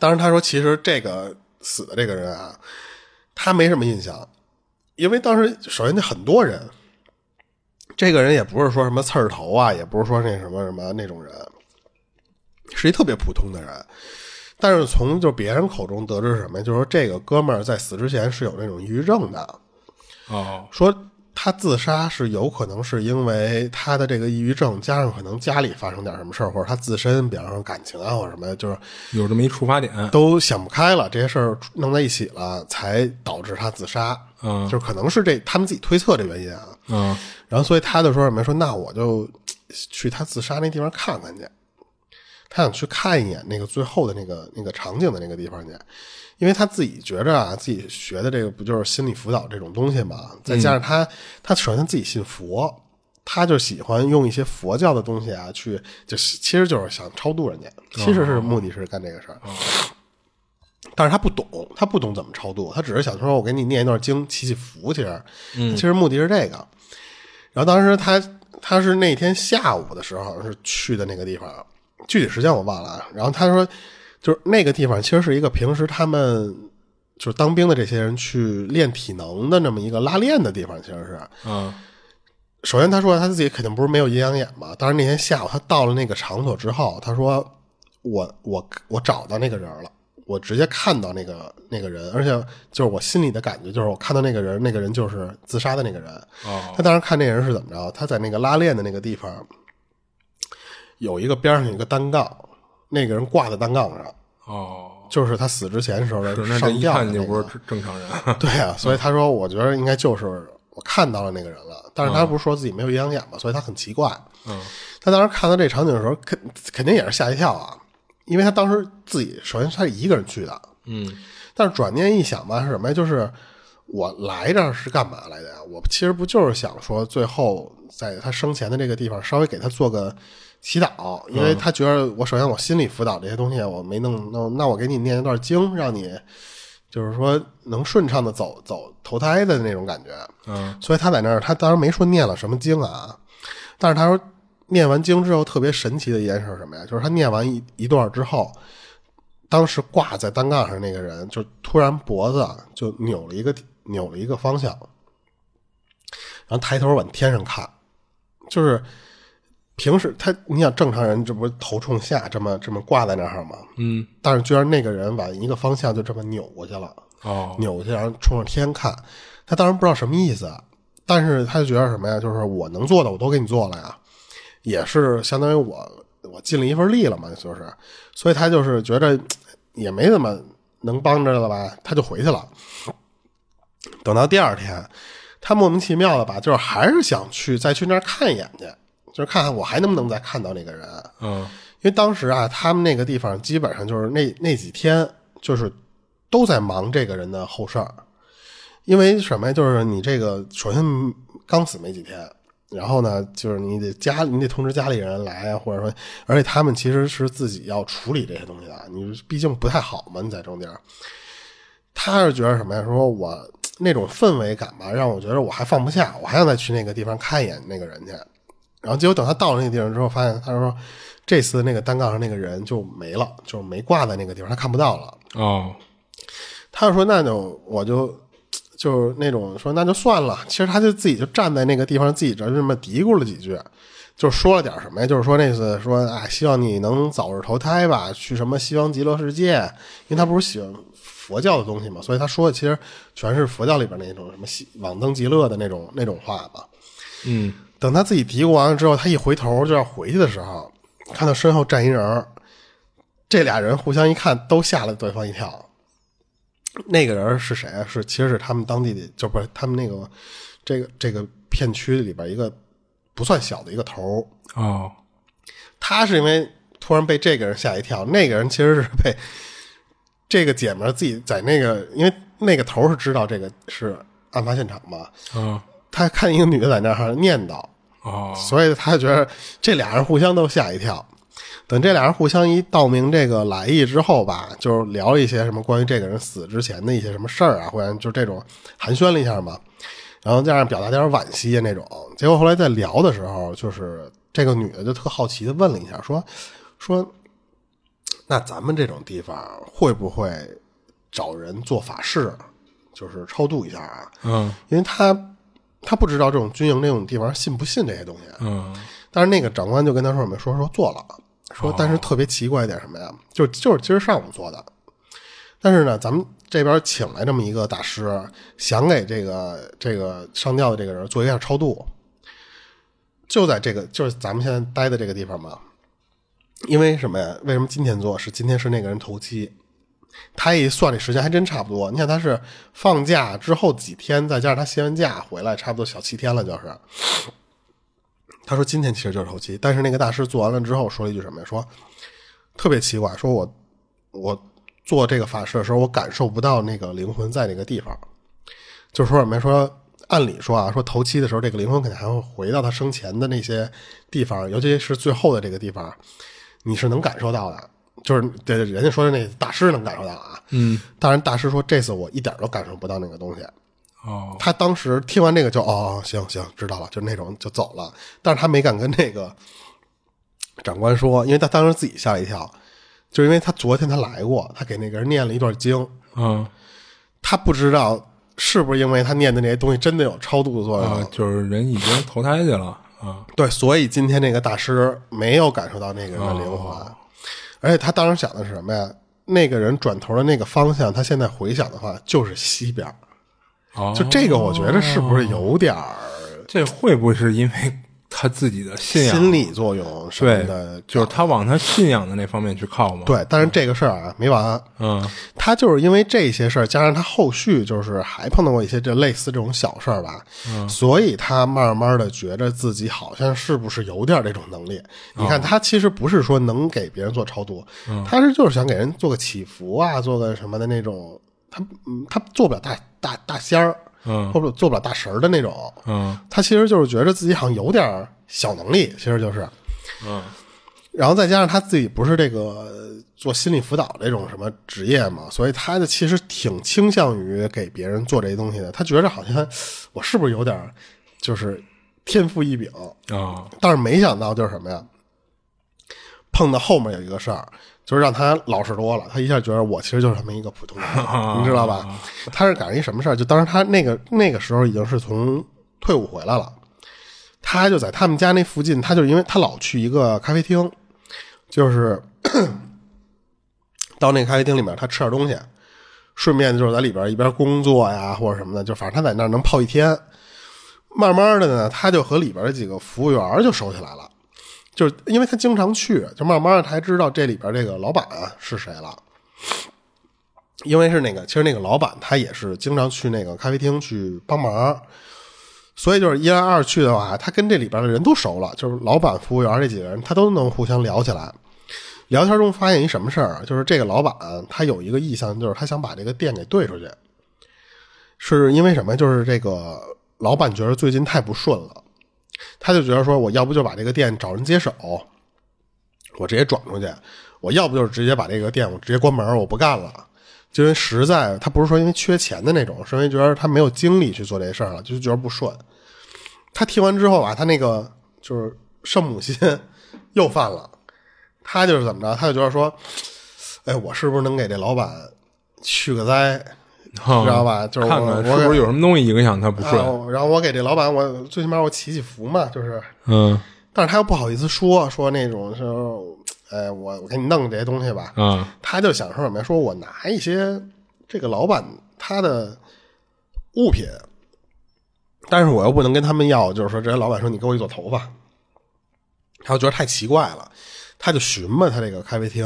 当时他说，其实这个死的这个人啊，他没什么印象，因为当时首先那很多人，这个人也不是说什么刺儿头啊，也不是说那什么什么那种人，是一特别普通的人。但是从就别人口中得知是什么呀？就是说这个哥们儿在死之前是有那种抑郁症的，
哦
说他自杀是有可能是因为他的这个抑郁症，加上可能家里发生点什么事儿，或者他自身，比方说感情啊或者什么，就是
有这么一触发点。
都想不开了，这些事儿弄在一起了，才导致他自杀。
嗯
就可能是这他们自己推测这原因啊。
嗯
然后，所以他就说什么说，那我就嘖去他自杀那地方看看去，他想去看一眼那个最后的那个那个场景的那个地方去，因为他自己觉着啊，自己学的这个不就是心理辅导这种东西嘛，再加上他、他首先自己信佛。他就喜欢用一些佛教的东西啊，去就是其实就是想超度人家，
哦
其实是目的是干这个事儿。但是他不懂，他不懂怎么超度，他只是想说，我给你念一段经，祈祈福。其实，其实目的是这个。然后当时他他是那天下午的时候好像是去的那个地方，具体时间我忘了啊。然后他说，就是那个地方其实是一个平时他们就是当兵的这些人去练体能的那么一个拉练的地方，其实是。
嗯
首先，他说他自己肯定不是没有阴阳眼嘛。当然，那天下午他到了那个场所之后，他说我我我找到那个人了，我直接看到那个那个人，而且就是我心里的感觉就是我看到那个人，那个人就是自杀的那个人。
哦
他当时看那人是怎么着，他在那个拉练的那个地方有一个边上有一个单杠，那个人挂在单杠上，
哦，
就是他死之前时候的
是那这
上
一
吊的
看就
那
不
个
是正正常人。
对啊，所以他说，我觉得应该就是我看到了那个人了，但是他不是说自己没有阴阳眼嘛，所以他很奇怪。
嗯
他当时看到这场景的时候，肯肯定也是吓一跳啊，因为他当时自己首先他是一个人去的，
嗯
但是转念一想吧，是什么呀？就是我来这儿是干嘛来的呀？我其实不就是想说，最后在他生前的这个地方稍微给他做个祈祷，因为他觉得我首先我心理辅导这些东西我没弄弄，那我给你念一段经，让你就是说能顺畅的走走投胎的那种感觉。
嗯
所以他在那儿，他当然没说念了什么经啊，但是他说念完经之后特别神奇的一件事是什么呀？就是他念完一一段之后，当时挂在单杠上那个人就突然脖子就扭了一个扭了一个方向，然后抬头往天上看，就是平时他你想正常人这不是头冲下这么这么挂在那儿吗？
嗯
但是居然那个人往一个方向就这么扭过去了。
哦
扭过去，然后冲着天看。他当然不知道什么意思，但是他就觉得什么呀？就是我能做的我都给你做了呀，也是相当于我我尽了一份力了嘛，就是，所以他就是觉得也没怎么能帮着了吧，他就回去了。等到第二天，他莫名其妙的吧，就是还是想去再去那儿看一眼去，就是看看我还能不能再看到那个人。
嗯
因为当时啊，他们那个地方基本上就是那那几天就是都在忙这个人的后事儿，因为什么呀？就是你这个首先刚死没几天，然后呢，就是你得家你得通知家里人来啊，或者说，而且他们其实是自己要处理这些东西的，啊你毕竟不太好嘛，你在中间儿。他是觉得什么呀？说我那种氛围感吧，让我觉得我还放不下，我还想再去那个地方看一眼那个人去。然后结果等他到了那个地方之后，发现他哎说这次那个单杠上那个人就没了，就是没挂在那个地方，他看不到了。
哦
他就说那就我就就是那种说那就算了。其实他就自己就站在那个地方，自己这这么嘀咕了几句，就说了点什么呀？就是说那次说啊，希望你能早日投胎吧，去什么西方极乐世界，因为他不是喜欢佛教的东西嘛，所以他说的其实全是佛教里边那种什么西往生极乐的那种那种话嘛。
嗯
等他自己嘀咕完了之后，他一回头就要回去的时候，看到身后站一人儿，这俩人互相一看，都吓了对方一跳。那个人儿是谁啊？是其实是他们当地的，就不是他们那个这个这个片区里边一个不算小的一个头儿。
哦
他是因为突然被这个人吓一跳，那个人其实是被这个姐们儿自己在那个，因为那个头儿是知道这个是案发现场嘛，
嗯
他看一个女的在那儿念叨。
哦
所以他觉得这俩人互相都吓一跳。等这俩人互相一道明这个来意之后吧，就是聊一些什么关于这个人死之前的一些什么事儿啊，或者就这种寒暄了一下嘛，然后加上表达点惋惜啊的那种。结果后来在聊的时候，就是这个女的就特好奇的问了一下，说说那咱们这种地方会不会找人做法事，就是超度一下啊？
嗯
因为他他不知道这种军营这种地方信不信这些东西。啊
嗯
但是那个长官就跟他说什么，说说做了，说但是特别奇怪一点什么呀，就就是今儿上午做的，但是呢，咱们这边请来这么一个大师，想给这个这个上吊的这个人做一下超度，就在这个就是咱们现在待的这个地方嘛。因为什么呀？为什么今天做？是今天是那个人头七，他一算这时间还真差不多。你看他是放假之后几天，再加上他歇完假回来，差不多小七天了，就是。他说今天其实就是头七，但是那个大师做完了之后说了一句什么呀？说特别奇怪，说我我做这个法事的时候，我感受不到那个灵魂在那个地方，就说什么呀？说按理说啊，说头七的时候，这个灵魂肯定还会回到他生前的那些地方，尤其是最后的这个地方，你是能感受到的。就是对人家说的那大师能感受到啊，
嗯
当然大师说这次我一点都感受不到那个东西，
哦
他当时听哦完这个就哦，行行，知道了，就那种就走了。但是他没敢跟那个长官说，因为他当时自己吓了一跳，就是因为他昨天他来过，他给那个人念了一段经，
啊
他不知道是不是因为他念的那些东西真的有超度的作用。
啊，就是人已经投胎去了啊
对，所以今天那个大师没有感受到那个人的灵魂，而且他当时想的是什么呀？那个人转头的那个方向，他现在回想的话就是西边儿，
啊！
就这个，我觉得是不是有点儿
这会不会是因为他自己的信仰？
心理作用什么
啊对
的？，
就是他往他信仰的那方面去靠嘛。，
对，但是这个事儿啊没完，
嗯
他就是因为这些事儿，加上他后续就是还碰到过一些这类似这种小事儿吧，
嗯
所以他慢慢的觉得自己好像是不是有点这种能
哦
力？你看他其实不是说能给别人做超度，
嗯
他是就是想给人做个祈福啊，做个什么的那种，他嗯他做不了大大大仙儿，
嗯
或者做不了大神儿的那种，
嗯
他其实就是觉得自己好像有点儿小能力，其实就是，
嗯，
然后再加上他自己不是这个呃做心理辅导这种什么职业嘛，所以他的其实挺倾向于给别人做这些东西的。他觉得好像我是不是有点儿就是天赋异禀，
啊
但是没想到就是什么呀，碰到后面有一个事儿，就是让他老实多了。他一下觉得我其实就是他们一个普通人，你知道吧？他是赶上一什么事儿？就当时他那个那个时候已经是从退伍回来了，他就在他们家那附近，他就因为他老去一个咖啡厅，就是 到那个咖啡厅里面，他吃点东西。顺便就是在里边一边工作呀，或者什么的，就反正他在那儿能泡一天。慢慢的呢，他就和里边的几个服务员儿就熟起来了，就是因为他经常去，就慢慢的才知道这里边这个老板啊是谁了。因为是那个，其实那个老板他也是经常去那个咖啡厅去帮忙，所以就是一来二去的话，他跟这里边的人都熟了，就是老板、服务员这几个人，他都能互相聊起来。聊天中发现一什么事儿啊，就是这个老板他有一个意向，就是他想把这个店给兑出去，是因为什么？就是这个老板觉得最近太不顺了，他就觉得说，我要不就把这个店找人接手，我直接转出去；我要不就是直接把这个店我直接关门，我不干了。就因为实在他不是说因为缺钱的那种，是因为觉得他没有精力去做这事儿了，就是觉得不顺。他听完之后啊，他那个就是圣母心又犯了，他就是怎么着，他就觉得说，哎，我是不是能给这老板续个灾？
啊
知道吧就是我
看看
我
是不是有什么东西影响他不
然
顺。
后，然后我给这老板，我最起码我祈祈福嘛，就是，
嗯
但是他又不好意思说说那种说，哎，我我给你弄这些东西吧，
啊
他就想说什么呀？说我拿一些这个老板他的物品，但是我又不能跟他们要，就是说这些老板说你给我一撮头发，他就觉得太奇怪了，他就寻摸他这个咖啡厅，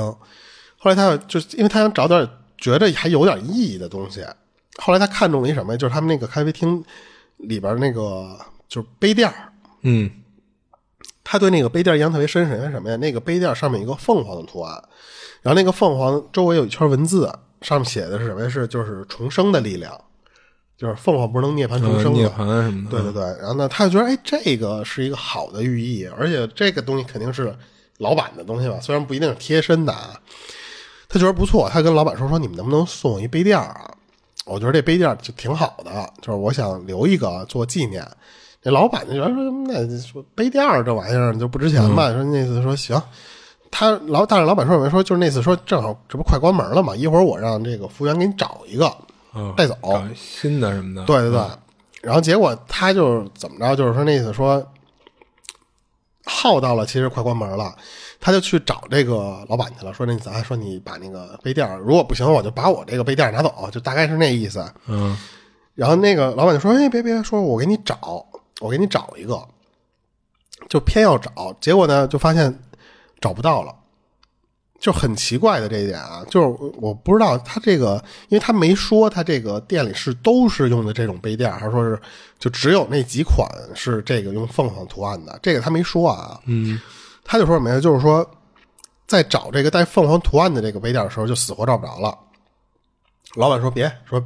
后来他就因为他想找点觉得还有点意义的东西，后来他看中了一什么呀？就是他们那个咖啡厅里边那个就是杯垫儿。
嗯
他对那个杯垫印象特别深，是因为什么呀？那个杯垫上面有一个凤凰的图案，然后那个凤凰周围有一圈文字，上面写的是什么呀？是就是重生的力量，就是凤凰不是能涅槃重
呃
生
涅
吗？
槃什么的。
对对对，然后呢，他就觉得哎，这个是一个好的寓意，而且这个东西肯定是老板的东西吧，虽然不一定是贴身的啊。他觉得不错，他跟老板说说你们能不能送我一杯垫儿啊？我觉得这杯垫儿就挺好的，就是我想留一个做纪念。那老板就觉得说那说杯垫儿这玩意儿就不值钱嘛，说那次说行。他老但是老板说什么说就是那次说正好这不快关门了嘛，一会儿我让这个服务员给你找一个
啊，
带走。
搞一新的什么的。嗯
对对对，然后结果他就是怎么着，就是说那意思说，耗到了，其实快关门了，他就去找这个老板去了，说那咱说你把那个杯垫儿，如果不行，我就把我这个杯垫儿拿走，就大概是那意思。
嗯
然后那个老板就说：“哎，别别，说我给你找，我给你找一个。”就偏要找，结果呢，就发现找不到了，就很奇怪的这一点啊，就是我我不知道他这个，因为他没说他这个店里是都是用的这种杯垫，还是说是就只有那几款是这个用凤凰图案的，这个他没说啊，
嗯
他就说什么呀？就是说，在找这个带凤凰图案的这个杯垫的时候，就死活找不着了。老板说别说，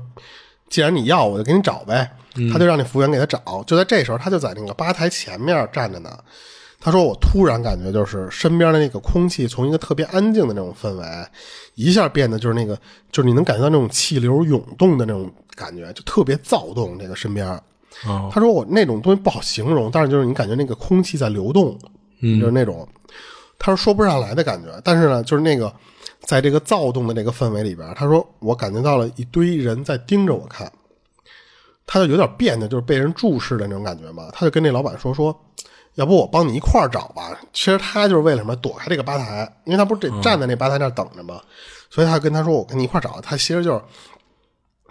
既然你要，我就给你找呗。他就让那服务员给他找。就在这时候，他就在那个吧台前面站着呢。他说：“我突然感觉就是身边的那个空气，从一个特别安静的那种氛围，一下变得就是那个，就是你能感觉到那种气流涌动的那种感觉，就特别躁动。这个身边，
哦
他说我那种东西不好形容，但是就是你感觉那个空气在流动，
嗯
就是那种。他是说不上来的感觉。但是呢，就是那个在这个躁动的这个氛围里边，他说我感觉到了一堆人在盯着我看，他就有点别扭，就是被人注视的那种感觉嘛。他就跟那老板说说。要不我帮你一块儿找吧。其实他就是为了什么躲开这个吧台，因为他不是得站在那吧台那儿等着吗？所以他跟他说我跟你一块儿找。他其实就是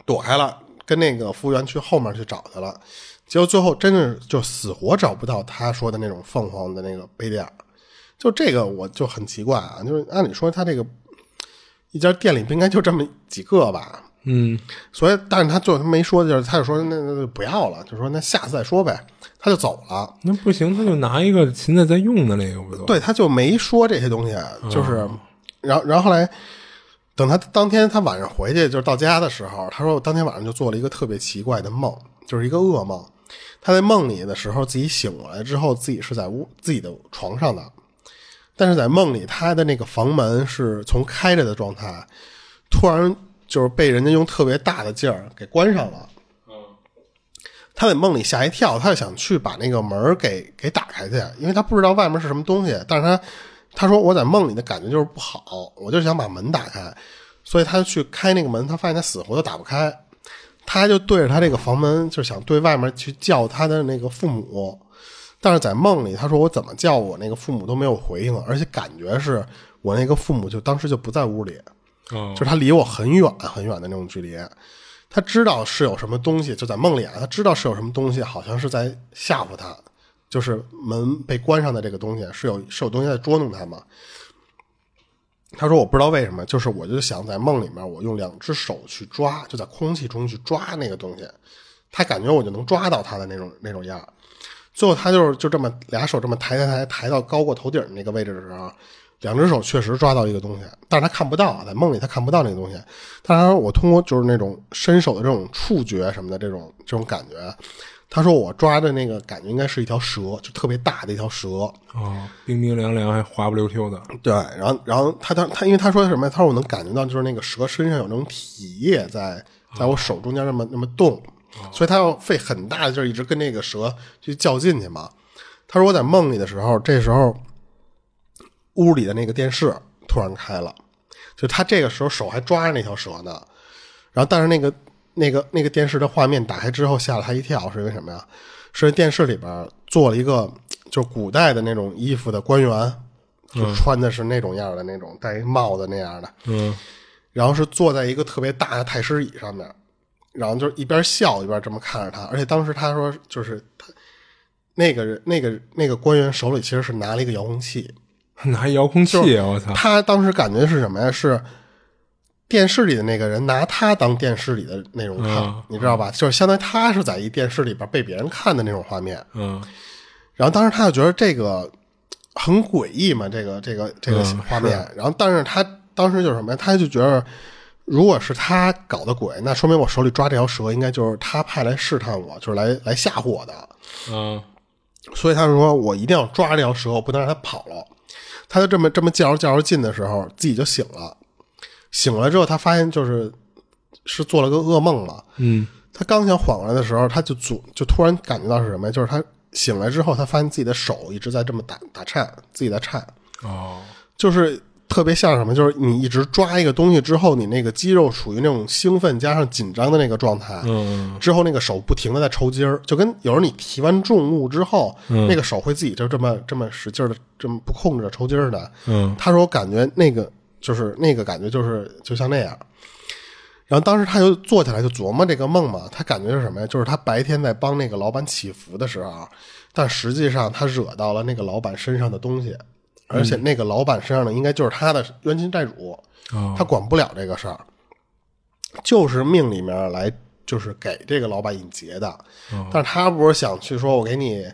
躲开了，跟那个服务员去后面去找去了。结果最后真是就死活找不到他说的那种凤凰的那个杯垫儿。就这个我就很奇怪啊，就是按理说他这个一家店里不应该就这么几个吧？
嗯，
所以，但是他最后他没说，就是他就说那那那不要了，就说那下次再说呗，他就走了。
那不行，他就拿一个现在在用的那个不就？
对，他就没说这些东西，就是，然后然后后来，等他当天他晚上回去，就是到家的时候，他说我当天晚上就做了一个特别奇怪的梦，就是一个噩梦。他在梦里的时候，自己醒过来之后，自己是在屋自己的床上的，但是在梦里，他的那个房门是从开着的状态，突然就是被人家用特别大的劲儿给关上了。他在梦里吓一跳，他就想去把那个门儿给给打开去，因为他不知道外面是什么东西。但是他他说我在梦里的感觉就是不好，我就想把门打开，所以他就去开那个门，他发现他死活都打不开，他就对着他这个房门，就想对外面去叫他的那个父母。但是在梦里，他说我怎么叫我那个父母都没有回应，而且感觉是我那个父母就当时就不在屋里，
哦
就是他离我很远很远的那种距离。他知道是有什么东西，就在梦里啊，他知道是有什么东西，好像是在吓唬他，就是门被关上的这个东西是有是有东西在捉弄他嘛。他说我不知道为什么，就是我就想在梦里面，我用两只手去抓，就在空气中去抓那个东西，他感觉我就能抓到他的那种那种样儿。最后他就是就这么俩手这么抬抬抬抬到高过头顶儿那个位置的时候，两只手确实抓到一个东西，但是他看不到啊，在梦里他看不到那个东西。但是他说我通过就是那种伸手的这种触觉什么的这种这种感觉，他说我抓的那个感觉应该是一条蛇，就特别大的一条蛇。
哦，冰冰凉凉还滑不溜秋的，
对，然后然后他他他，因为他说什么？他说我能感觉到，就是那个蛇身上有那种体液在在我手中间那么那么动，所以他要费很大的劲儿一直跟那个蛇去较劲去嘛。他说我在梦里的时候，这时候屋里的那个电视突然开了，就他这个时候手还抓着那条蛇呢，然后但是那个那个那个电视的画面打开之后吓了他一跳，是因为什么呀？是电视里边做了一个就是古代的那种衣服的官员，就穿的是那种样儿的那种，戴一帽子那样的，
嗯，
然后是坐在一个特别大的太师椅上面，然后就是一边笑一边这么看着他，而且当时他说就是他那个人那个那个官员手里其实是拿了一个遥控器，
拿遥控器，啊我操！
他当时感觉是什么呀？是电视里的那个人拿他当电视里的内容看，
嗯
你知道吧？就是相当于他是在一电视里边被别人看的那种画面。
嗯，
然后当时他就觉得这个很诡异嘛，这个这个这个
嗯
画面。然后但是他当时就是什么呀？他就觉得。如果是他搞的鬼，那说明我手里抓这条蛇，应该就是他派来试探我，就是来来吓唬我的。啊
嗯，
所以他说我一定要抓这条蛇，我不能让它跑了。他就这么这么较着较着劲的时候，自己就醒了。醒了之后，他发现就是是做了个噩梦了。
嗯，
他刚想缓过来的时候，他就左就突然感觉到是什么呀？就是他醒来之后，他发现自己的手一直在这么打打颤，自己在颤，
哦，
就是特别像什么？就是你一直抓一个东西之后，你那个肌肉处于那种兴奋加上紧张的那个状态。
嗯，
之后那个手不停的在抽筋儿，就跟有时候你提完重物之后，那个手会自己就这么这么使劲的，这么不控制的抽筋儿的。
嗯，
他说我感觉那个就是那个感觉就是就像那样。然后当时他就坐起来就琢磨这个梦嘛，他感觉是什么呀？就是他白天在帮那个老板祈福的时候，但实际上他惹到了那个老板身上的东西，而且那个老板身上的应该就是他的冤亲债主，
哦
他管不了这个事儿。就是命里面来，就是给这个老板引劫的。但是他不是想去说，我给你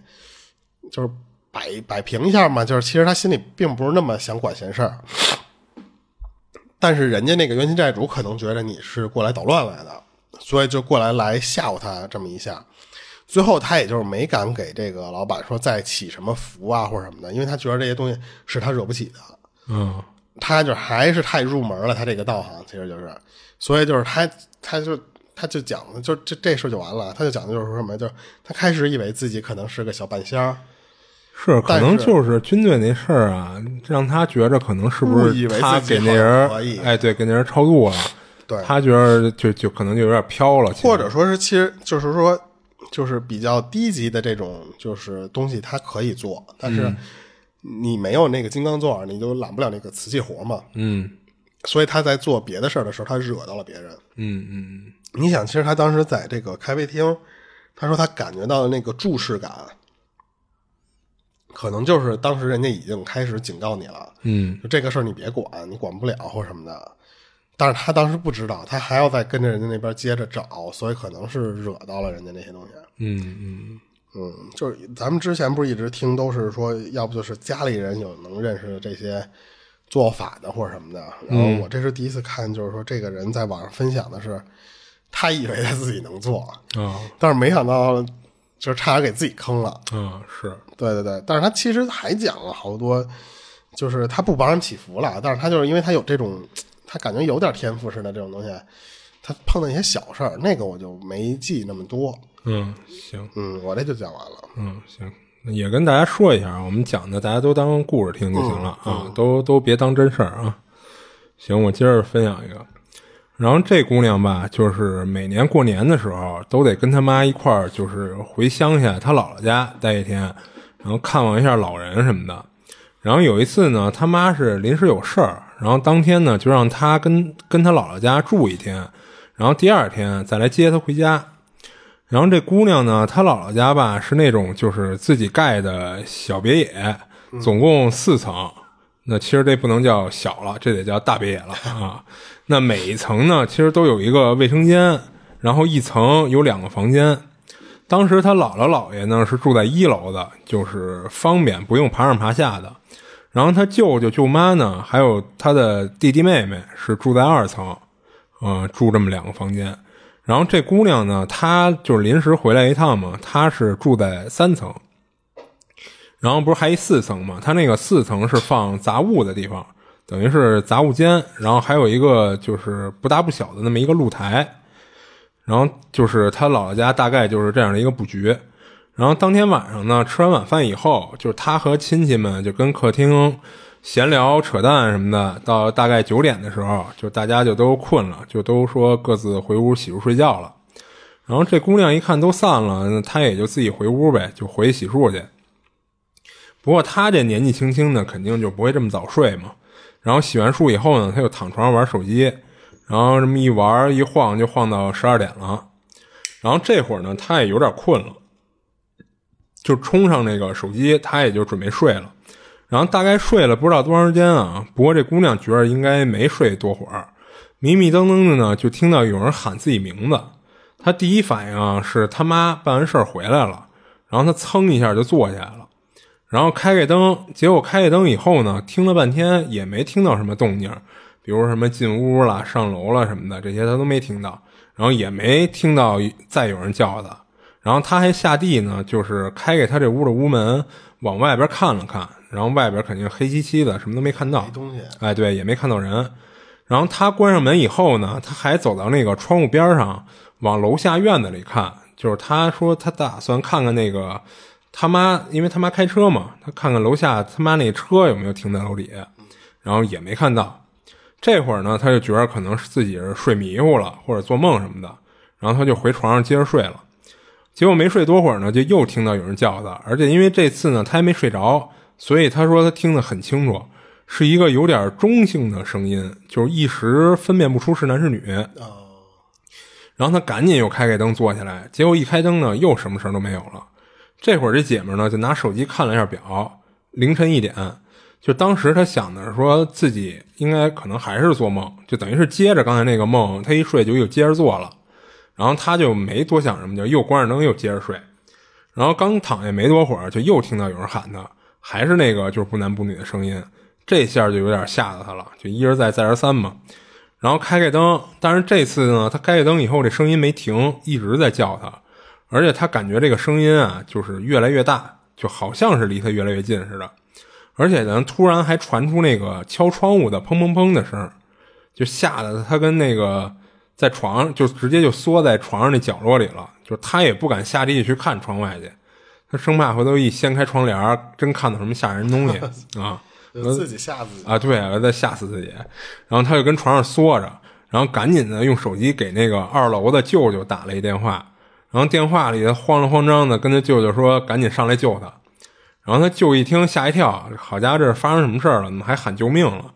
就是摆摆平一下嘛，就是其实他心里并不是那么想管闲事儿。但是人家那个冤亲债主可能觉得你是过来捣乱来的，所以就过来来吓唬他这么一下。最后他也就是没敢给这个老板说再起什么福啊或者什么的，因为他觉得这些东西是他惹不起的。
嗯，
他就还是太入门了，他这个道行其实就是，所以就是他他就他就讲的就这这事就完了，他就讲的就是说什么，就是他开始以为自己可能是个小半仙儿，
是，可
但
能
是
就是军队那事儿啊，让他觉着可能是不
误以
是
为
他
自己
给那
好像
人
可以，
哎，对，给那人超度了，
对
他觉着就就可能就有点飘了，其实
或者说是其实就是说就是比较低级的这种就是东西，它可以做，但是你没有那个金刚钻儿，你就揽不了那个瓷器活嘛。
嗯
所以他在做别的事儿的时候，他惹到了别人。
嗯嗯
你想，其实他当时在这个咖啡厅，他说他感觉到的那个注视感，可能就是当时人家已经开始警告你了，
嗯
就这个事儿你别管，你管不了或什么的。但是他当时不知道，他还要再跟着人家那边接着找，所以可能是惹到了人家那些东西。
嗯嗯，
嗯，就是咱们之前不是一直听都是说，要不就是家里人有能认识的这些做法的或者什么的。然后我这是第一次看，就是说这个人在网上分享的是，他以为他自己能做，
啊
但是没想到就是差点给自己坑了。
啊是，
对对对，但是他其实还讲了好多，就是他不帮人祈福了，但是他就是因为他有这种，他感觉有点天赋似的这种东西，他碰到一些小事儿，那个我就没记那么多。
嗯行
嗯，我这就讲完了。
嗯行，那也跟大家说一下，啊我们讲的大家都当故事听就行了、啊，都都别当真事儿啊。行，我接着分享一个。然后这姑娘吧，就是每年过年的时候都得跟她妈一块儿，就是回乡下她姥姥家待一天，然后看望一下老人什么的。然后有一次呢，她妈是临时有事儿，然后当天呢就让她跟跟她姥姥家住一天，然后第二天再来接她回家。然后这姑娘呢，她姥姥家吧是那种就是自己盖的小别野，总共四层。那其实这不能叫小了，这得叫大别野了啊。那每一层呢，其实都有一个卫生间，然后一层有两个房间。当时她姥姥姥爷呢是住在一楼的，就是方便，不用爬上爬下的。然后她舅舅舅妈呢，还有她的弟弟妹妹是住在二层，呃，住这么两个房间。然后这姑娘呢，她就是临时回来一趟嘛，她是住在三层，然后不是还一四层嘛？它那个四层是放杂物的地方，等于是杂物间，然后还有一个就是不大不小的那么一个露台，然后就是他姥姥家大概就是这样的一个布局。然后当天晚上呢，吃完晚饭以后，就是他和亲戚们就跟客厅闲聊、扯淡什么的，到大概九点的时候，就大家就都困了，就都说各自回屋洗漱睡觉了。然后这姑娘一看都散了，那她也就自己回屋呗，就回洗漱去。不过她这年纪轻轻的，肯定就不会这么早睡嘛。然后洗完漱以后呢，她就躺床上玩手机，然后这么一玩一晃就晃到十二点了。然后这会儿呢，她也有点困了，就冲上那个手机，她也就准备睡了。然后大概睡了不知道多长时间啊，不过这姑娘觉着应该没睡多会儿，迷迷瞪瞪的呢，就听到有人喊自己名字。她第一反应啊是她妈办完事儿回来了，然后她噌一下就坐起来了，然后开开灯，结果开开灯以后呢，听了半天也没听到什么动静儿，比如什么进屋了、上楼了什么的，这些她都没听到，然后也没听到再有人叫她。然后她还下地呢，就是开开她这屋的屋门，往外边看了看，然后外边肯定黑漆漆的，什么都没看到。
东西，
哎，对，也没看到人。然后他关上门以后呢，他还走到那个窗户边上，往楼下院子里看。就是他说他打算看看那个他妈，因为他妈开车嘛，他看看楼下他妈那车有没有停在楼底下，然后也没看到。这会儿呢，他就觉得可能是自己是睡迷糊了，或者做梦什么的，然后他就回床上接着睡了。结果没睡多会儿呢，就又听到有人叫他，而且因为这次呢，他还没睡着，所以他说他听得很清楚，是一个有点中性的声音，就是一时分辨不出是男是女。然后他赶紧又开开灯坐起来，结果一开灯呢，又什么事儿都没有了。这会儿这姐们儿呢，就拿手机看了一下表，凌晨一点。就当时她想的是说自己应该可能还是做梦，就等于是接着刚才那个梦，她一睡就又接着做了。然后她就没多想什么，就又关上灯又接着睡。然后刚躺下没多会儿，就又听到有人喊她，还是那个就是不男不女的声音。这下就有点吓到她了，就一而再再而三嘛。然后开开灯，但是这次呢，她开开灯以后，这声音没停，一直在叫她，而且她感觉这个声音啊，就是越来越大，就好像是离她越来越近似的。而且呢，突然还传出那个敲窗户的砰砰砰的声儿，就吓得他跟那个在床上就直接就缩在床上那角落里了，就是他也不敢下地去看窗外去，他生怕回头一掀开窗帘儿，真看到什么吓人东西啊
就自己吓自己。
啊！对，再吓死自己。然后他就跟床上缩着，然后赶紧的用手机给那个二楼的舅舅打了一电话，然后电话里慌了慌张的跟他舅舅说赶紧上来救他。然后他舅一听吓一跳，好家伙，这是发生什么事儿了？怎么还喊救命了？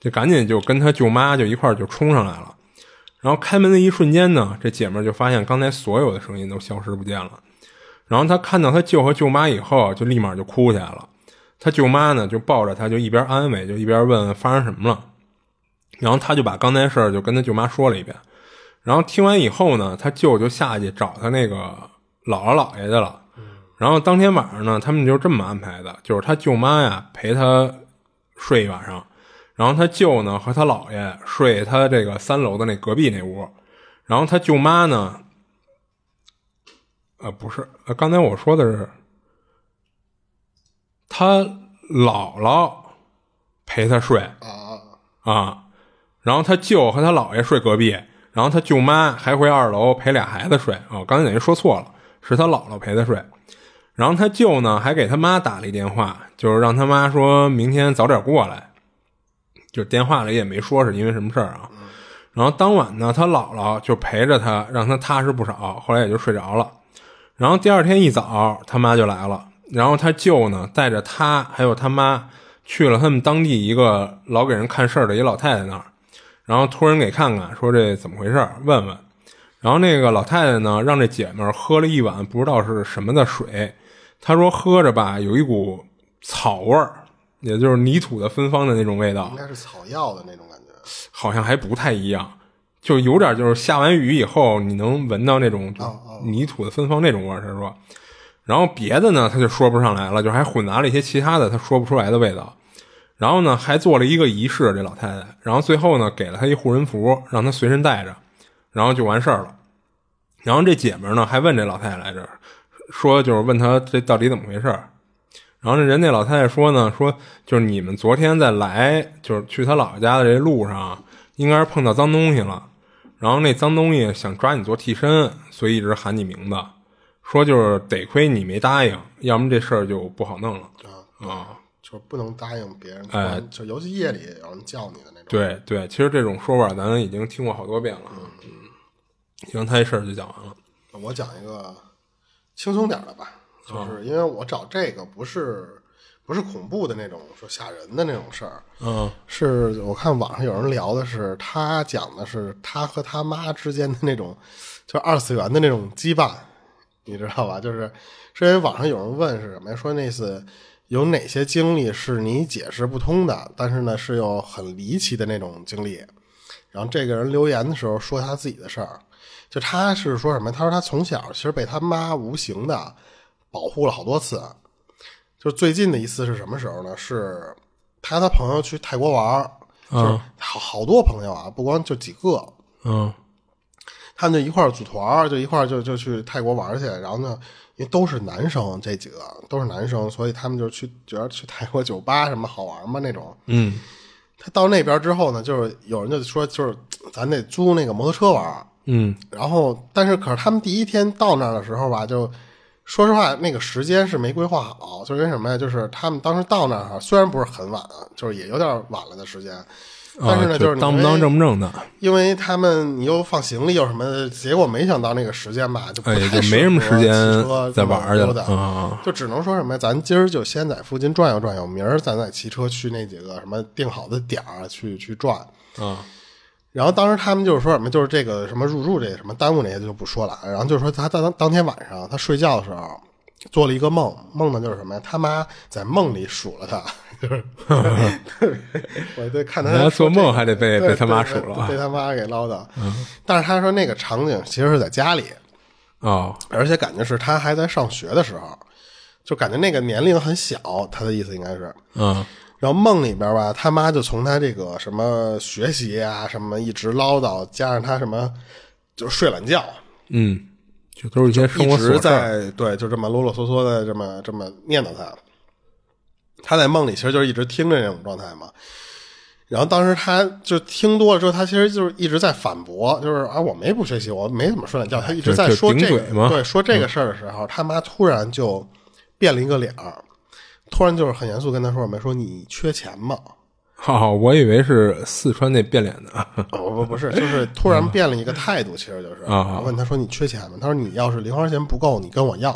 就赶紧就跟他舅妈就一块儿就冲上来了。然后开门的一瞬间呢，这姐们儿就发现刚才所有的声音都消失不见了。然后她看到她舅和舅妈以后，就立马就哭起来了。她舅妈呢就抱着她，就一边安慰，就一边问发生什么了。然后她就把刚才事儿就跟她舅妈说了一遍。然后听完以后呢，她舅就下去找她那个姥姥姥爷去了。然后当天晚上呢，他们就这么安排的，就是她舅妈呀陪她睡一晚上，然后他舅呢和他姥爷睡他这个三楼的那隔壁那屋，然后他舅妈呢，呃，不是，呃刚才我说的是他姥姥陪他睡
啊，
啊，然后他舅和他姥爷睡隔壁，然后他舅妈还回二楼陪俩孩子睡啊，我刚才等于说错了，是他姥姥陪他睡。然后他舅呢还给他妈打了一电话，就是让他妈说明天早点过来，就电话里也没说是因为什么事儿啊。然后当晚呢，他姥姥就陪着他，让他踏实不少，后来也就睡着了。然后第二天一早，他妈就来了，然后他舅呢带着他还有他妈去了他们当地一个老给人看事儿的一老太太那儿，然后托人给看看，说这怎么回事儿，问问。然后那个老太太呢，让这姐们儿喝了一碗不知道是什么的水，她说喝着吧，有一股草味儿，也就是泥土的芬芳的那种味道
应。该是草药的那种感觉。
好像还不太一样，就有点就是下完雨以后你能闻到那种就泥土的芬芳那种味儿。他说，然后别的呢他就说不上来了，就还混杂了一些其他的他说不出来的味道。然后呢还做了一个仪式，这老太太，然后最后呢给了她一护身符，让她随身带着，然后就完事儿了。然后这姐们儿呢还问这老太太来着，说就是问她这到底怎么回事儿。然后这人那老太太说呢，说就是你们昨天在来，就是去她姥姥家的这路上，应该是碰到脏东西了。然后那脏东西想抓你做替身，所以一直喊你名字，说就是得亏你没答应，要么这事儿就不好弄了
啊
啊。
就是不能答应别人，突然就尤其夜里有人叫你的那种。，
对对，其实这种说法咱已经听过好多遍了啊。嗯，行，他这事儿就讲完了。
我讲一个轻松点儿的吧，就是因为我找这个不是不是恐怖的那种，说吓人的那种事儿，
嗯
是我看网上有人聊的是，他讲的是他和他妈之间的那种，就二次元的那种羁绊，你知道吧？就是是因为网上有人问是什么呀？说那次有哪些经历是你解释不通的，但是呢是有很离奇的那种经历。然后这个人留言的时候说他自己的事儿，就他是说什么？他说他从小其实被他妈无形的保护了好多次，就是最近的一次是什么时候呢？是他和他朋友去泰国玩儿，就是好好多朋友啊，不光就几个，
嗯
他们就一块儿组团儿，就一块儿就就去泰国玩儿去。然后呢，因为都是男生，这几个都是男生，所以他们就去觉得去泰国酒吧什么好玩嘛那种。
嗯
他到那边之后呢，就是有人就说，就是咱得租那个摩托车玩儿。
嗯
然后，但是可是他们第一天到那儿的时候吧，就说实话，那个时间是没规划好，就跟什么呀，就是他们当时到那儿虽然不是很晚啊，就是也有点晚了的时间，但是呢，
啊，
就是你
当不
因为
当正不正的，
因为他们你又放行李又什么的，结果没想到那个时间吧，就不
哎，
太
也
适合
就没什么时间
骑车
再玩儿去
溜
了
达
啊啊。
就只能说什么呀，咱今儿就先在附近转悠转悠，明儿咱再骑车去那几个什么定好的点儿去去转。
啊
然后当时他们就是说什么，就是这个什么入住这什么耽误那些就不说了。然后就是说他当当天晚上他睡觉的时候做了一个梦，梦的就是什么呀？他妈在梦里数了他，就是 我对看他
人家做
说这
梦还得被
对
被他妈
对
数
被
了啊
被他妈给唠叨。但是他说那个场景其实是在家里，
哦，
而且感觉是他还在上学的时候，就感觉那个年龄很小，他的意思应该是。
嗯
然后梦里边吧，他妈就从他这个什么学习啊，什么一直唠叨，加上他什么就是睡懒觉，
嗯，就都是一些生
一
活琐
直
事儿。
在对，就这么啰啰嗦嗦的这么这么念叨他。他在梦里其实就是一直听着那种状态嘛。然后当时他就听多了之后，他其实就是一直在反驳，就是啊，我没不学习，我没怎么睡懒觉。他一直在
就
说这
顶
个
嘴嘛嗯
对说这个事儿的时候，他妈突然就变了一个脸儿，突然就是很严肃跟他说：“没说你缺钱吗？”
哈、哈，哦我以为是四川那变脸的，
哦不不是，就是突然变了一个态度，其实就是
啊
我问他说你缺钱吗？他说你要是零花钱不够，你跟我要。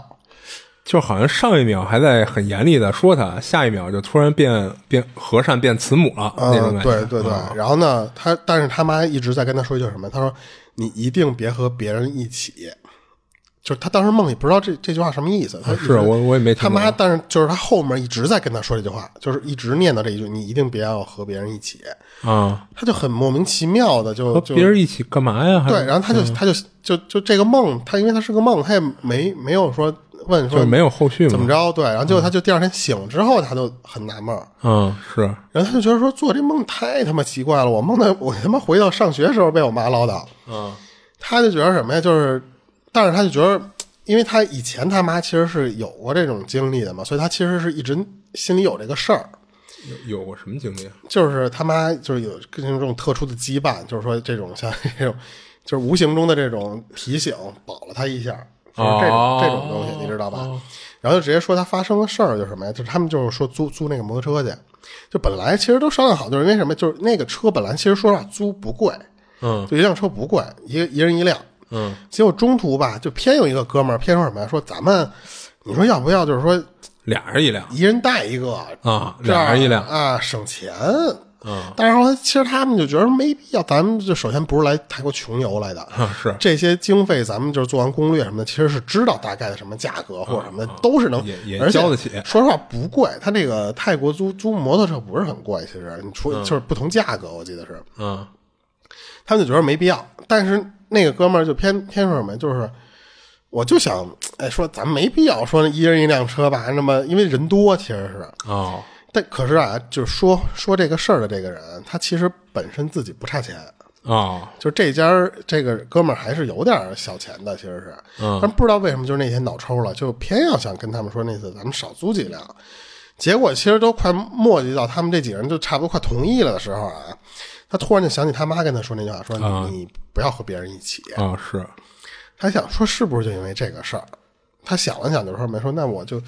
就好像上一秒还在很严厉的说他，下一秒就突然变变和善变慈母了、那种
嗯，
感觉。啊
对对对。然后呢，他但是他妈一直在跟他说一句什么？他说你一定别和别人一起。就是他当时梦里不知道这这句话什么意思，他一直
啊是我我也没听
他妈，
懂
但是就是他后面一直在跟他说这句话，就是一直念叨这一句，你一定别要和别人一起。
啊，
他就很莫名其妙的就
和
就
别人一起嗯干嘛呀？还
对，然后他就、他就就就这个梦，他因为他是个梦，他也没没有说问
就
说
是没有后续
怎么
嘛。
着，对，然后结果他就第二天醒了之后，他就很纳闷儿，
嗯，是
然后他就觉得说做这梦太他妈奇怪了，我梦到我他妈回到上学时候被我妈唠叨，
嗯，
他就觉得什么呀，就是，但是他就觉得，因为他以前他妈其实是有过这种经历的嘛，所以他其实是一直心里有这个事儿，
有有过什么经历啊？
就是他妈就是有跟这种特殊的羁绊，就是说这种像这种就是无形中的这种提醒，保了他一下，就是这种、
哦
这种东西，你知道吧？然后就直接说他发生的事儿就是什么呀？就是他们就是说租租那个摩托车去，就本来其实都商量好，就是因为什么？就是那个车本来其实说实话租不贵，
嗯
就一辆车不贵，一个一人一辆。
嗯
结果中途吧，就偏有一个哥们儿偏说什么呀？说咱们，你说要不要？就是说
俩人一辆
一人带一个，
啊，
这样
俩人一辆，
啊，省钱。
嗯，
但是后来其实他们就觉得没必要，咱们就首先不是来泰国穷游来的，
啊 是
这些经费咱们就是做完攻略什么的，其实是知道大概的什么价格或者什么的，都是能
嗯也也
而且
交得起
说实话不贵，他这个泰国租租摩托车不是很贵，其实你除就是不同价格，我记得是，
嗯
他们就觉得没必要。但是那个哥们儿就偏偏说什么，就是我就想，哎，说咱没必要说一人一辆车吧，那么因为人多其实是，
哦
但可是啊，就是说说这个事儿的这个人，他其实本身自己不差钱，
哦
就这家儿这个哥们儿还是有点小钱的，其实是，
嗯
但不知道为什么就是那天脑抽了，就偏要想跟他们说那次咱们少租几辆。结果其实都快磨叽到他们这几个人就差不多快同意了的时候啊，他突然就想起他妈跟他说那句话，说你,、你不要和别人一起。
哦是
他想说是不是就因为这个事儿？他想了想就说没说，那我就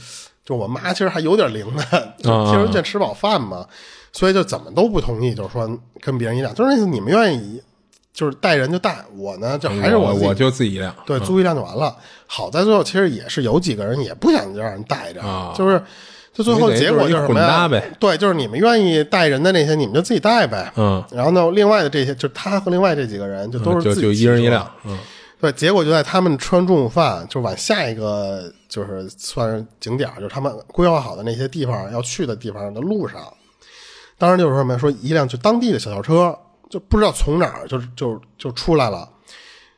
就我妈其实还有点灵呢， 就听
啊
人家吃饱饭嘛，所以就怎么都不同意，就是说跟别人一辆，就是那次你们愿意就是带人就带，我呢就还是
我
自己
我就自嗯己一辆
对，租一辆就完了。好在最后其实也是有几个人也不想让人带着，就是就最后结果是什么呀
你啊得就是一混搭呗？
对，就是你们愿意带人的那些，你们就自己带呗。
嗯，
然后呢，另外的这些就是他和另外这几个人就都是
就
自己
就一嗯人一辆
骑车。，对，结果就在他们吃完中午饭，就往下一个就是算是景点儿，就是他们规划好的那些地方要去的地方的路上，当时就是说什么呀说一辆就当地的小轿车，就不知道从哪儿就就就出来了，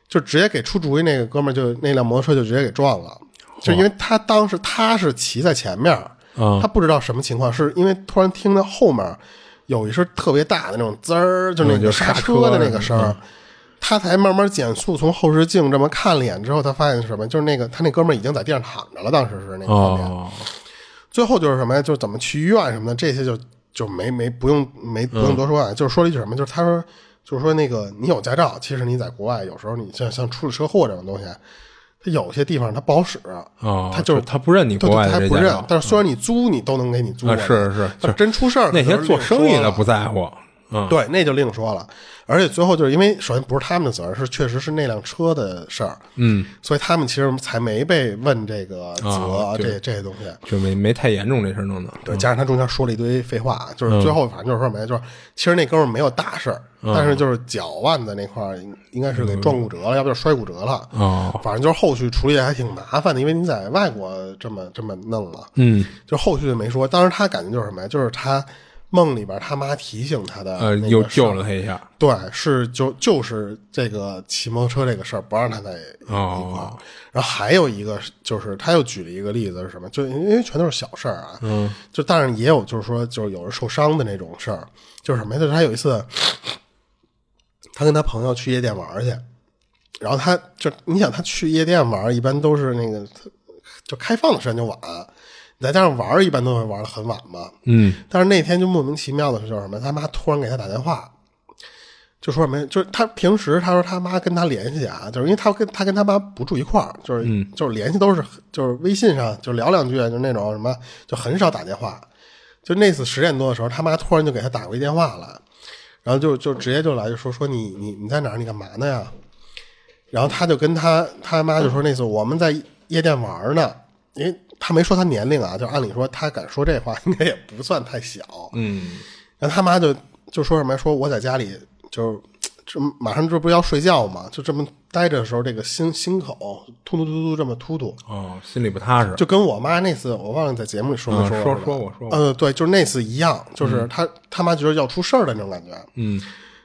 就直接给出主意那个哥们儿就那辆摩托车就直接给撞了，就因为他当时他是骑在前面儿，
嗯
他不知道什么情况，是因为突然听到后面有一声特别大的那种滋儿，就那
嗯就
个
刹
刹
车
车的那个
嗯
声儿。他才慢慢减速，从后视镜这么看了一眼之后，他发现是什么？就是那个他那哥们儿已经在地上躺着了，当时是那个画面。
哦
最后就是什么呀？就是怎么去医院什么的，这些就就没没不用没不用多说啊。就是说了一句什么，就是他说就是说那个你有驾照，其实你在国外有时候你像像出了车祸这种东西，它有些地方它不好使，
哦，
他就是
他不认你
对
国
对，
外
他还
的这
不
驾
认
照。，
但是虽然你租你都能给你租过
啊
来，
是是
但
是
真出事儿
那些做生意的
的
不在乎，嗯
对，那就另说了。而且最后就是因为，首先不是他们的责任，是确实是那辆车的事儿，
嗯，
所以他们其实才没被问这个责、
啊对
这这些东西。
就没没太严重这事儿弄的。
对，加上他中间说了一堆废话，
嗯
就是最后反正就是说什么呀，就是其实那哥们儿没有大事儿，但是就是脚腕子那块儿应应该是给撞骨折了，要不就摔骨折了。
嗯哦，
反正就是后续处理得还挺麻烦的，因为你在外国这么这么弄嘛，
嗯，
就后续就没说。当时他感觉就是什么呀，就是他梦里边他妈提醒他的
呃，
那个
又
事儿
救了他一下。
对，是就就是这个骑摩托车这个事儿，不让他在一块儿。
哦
然后还有一个是就是，他又举了一个例子是什么？就因为全都是小事儿啊，嗯，就但是也有就是说就是有人受伤的那种事儿，就是什么呀？就是他有一次，他跟他朋友去夜店玩儿去，然后他就你想他去夜店玩儿，一般都是那个就开放的时间就晚，再加上玩儿一般都会玩的很晚嘛，
嗯，
但是那天就莫名其妙的是，就是什么，他妈突然给他打电话，就说什么呀？就是他平时他说他妈跟他联系啊，就是因为他跟他跟他妈不住一块儿，就是、就是联系都是就是微信上就聊两句，啊就那种什么就很少打电话。就那次十点多的时候，他妈突然就给他打过一电话来，然后就就直接就来就说说你你你在哪儿？你干嘛呢呀？然后他就跟他他妈就说那次我们在夜店玩呢，因为他没说他年龄啊，就按理说他敢说这话应该也不算太小，
嗯，
然后他妈就就说什么说我在家里就是这马上这不是要睡觉嘛，就这么待着的时候，这个心心口突突突突这么突突，
哦，心里不踏实，
就跟我妈那次我忘了在节目里嗯说没
啊
过
说
了
说我说我，
呃，对，就是那次一样，就是他、他妈觉得要出事儿的那种感觉。
嗯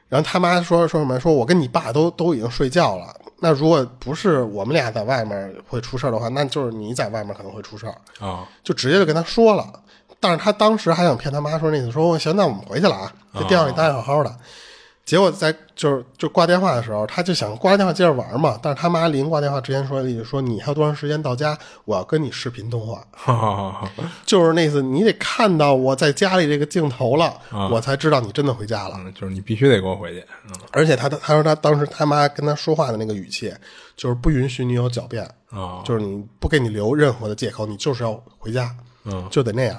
然后他妈说说什么？说我跟你爸都都已经睡觉了。那如果不是我们俩在外面会出事儿的话，那就是你在外面可能会出事儿，
啊
就直接就跟他说了。但是他当时还想骗他妈说那次说行，那我们回去了啊，在电话里待好好的。结果在就是就挂电话的时候，他就想挂电话接着玩嘛，但是他妈临挂电话之前说了一句说你还有多长时间到家？我要跟你视频通话。
哈哈哈哈，
就是那次你得看到我在家里这个镜头了，我才知道你真的回家了。
嗯，就是你必须得给我回去，嗯
而且他他说他当时他妈跟他说话的那个语气，就是不允许你有狡辩，
嗯啊，
哦就是你不给你留任何的借口，你就是要回家，
嗯
就得那样。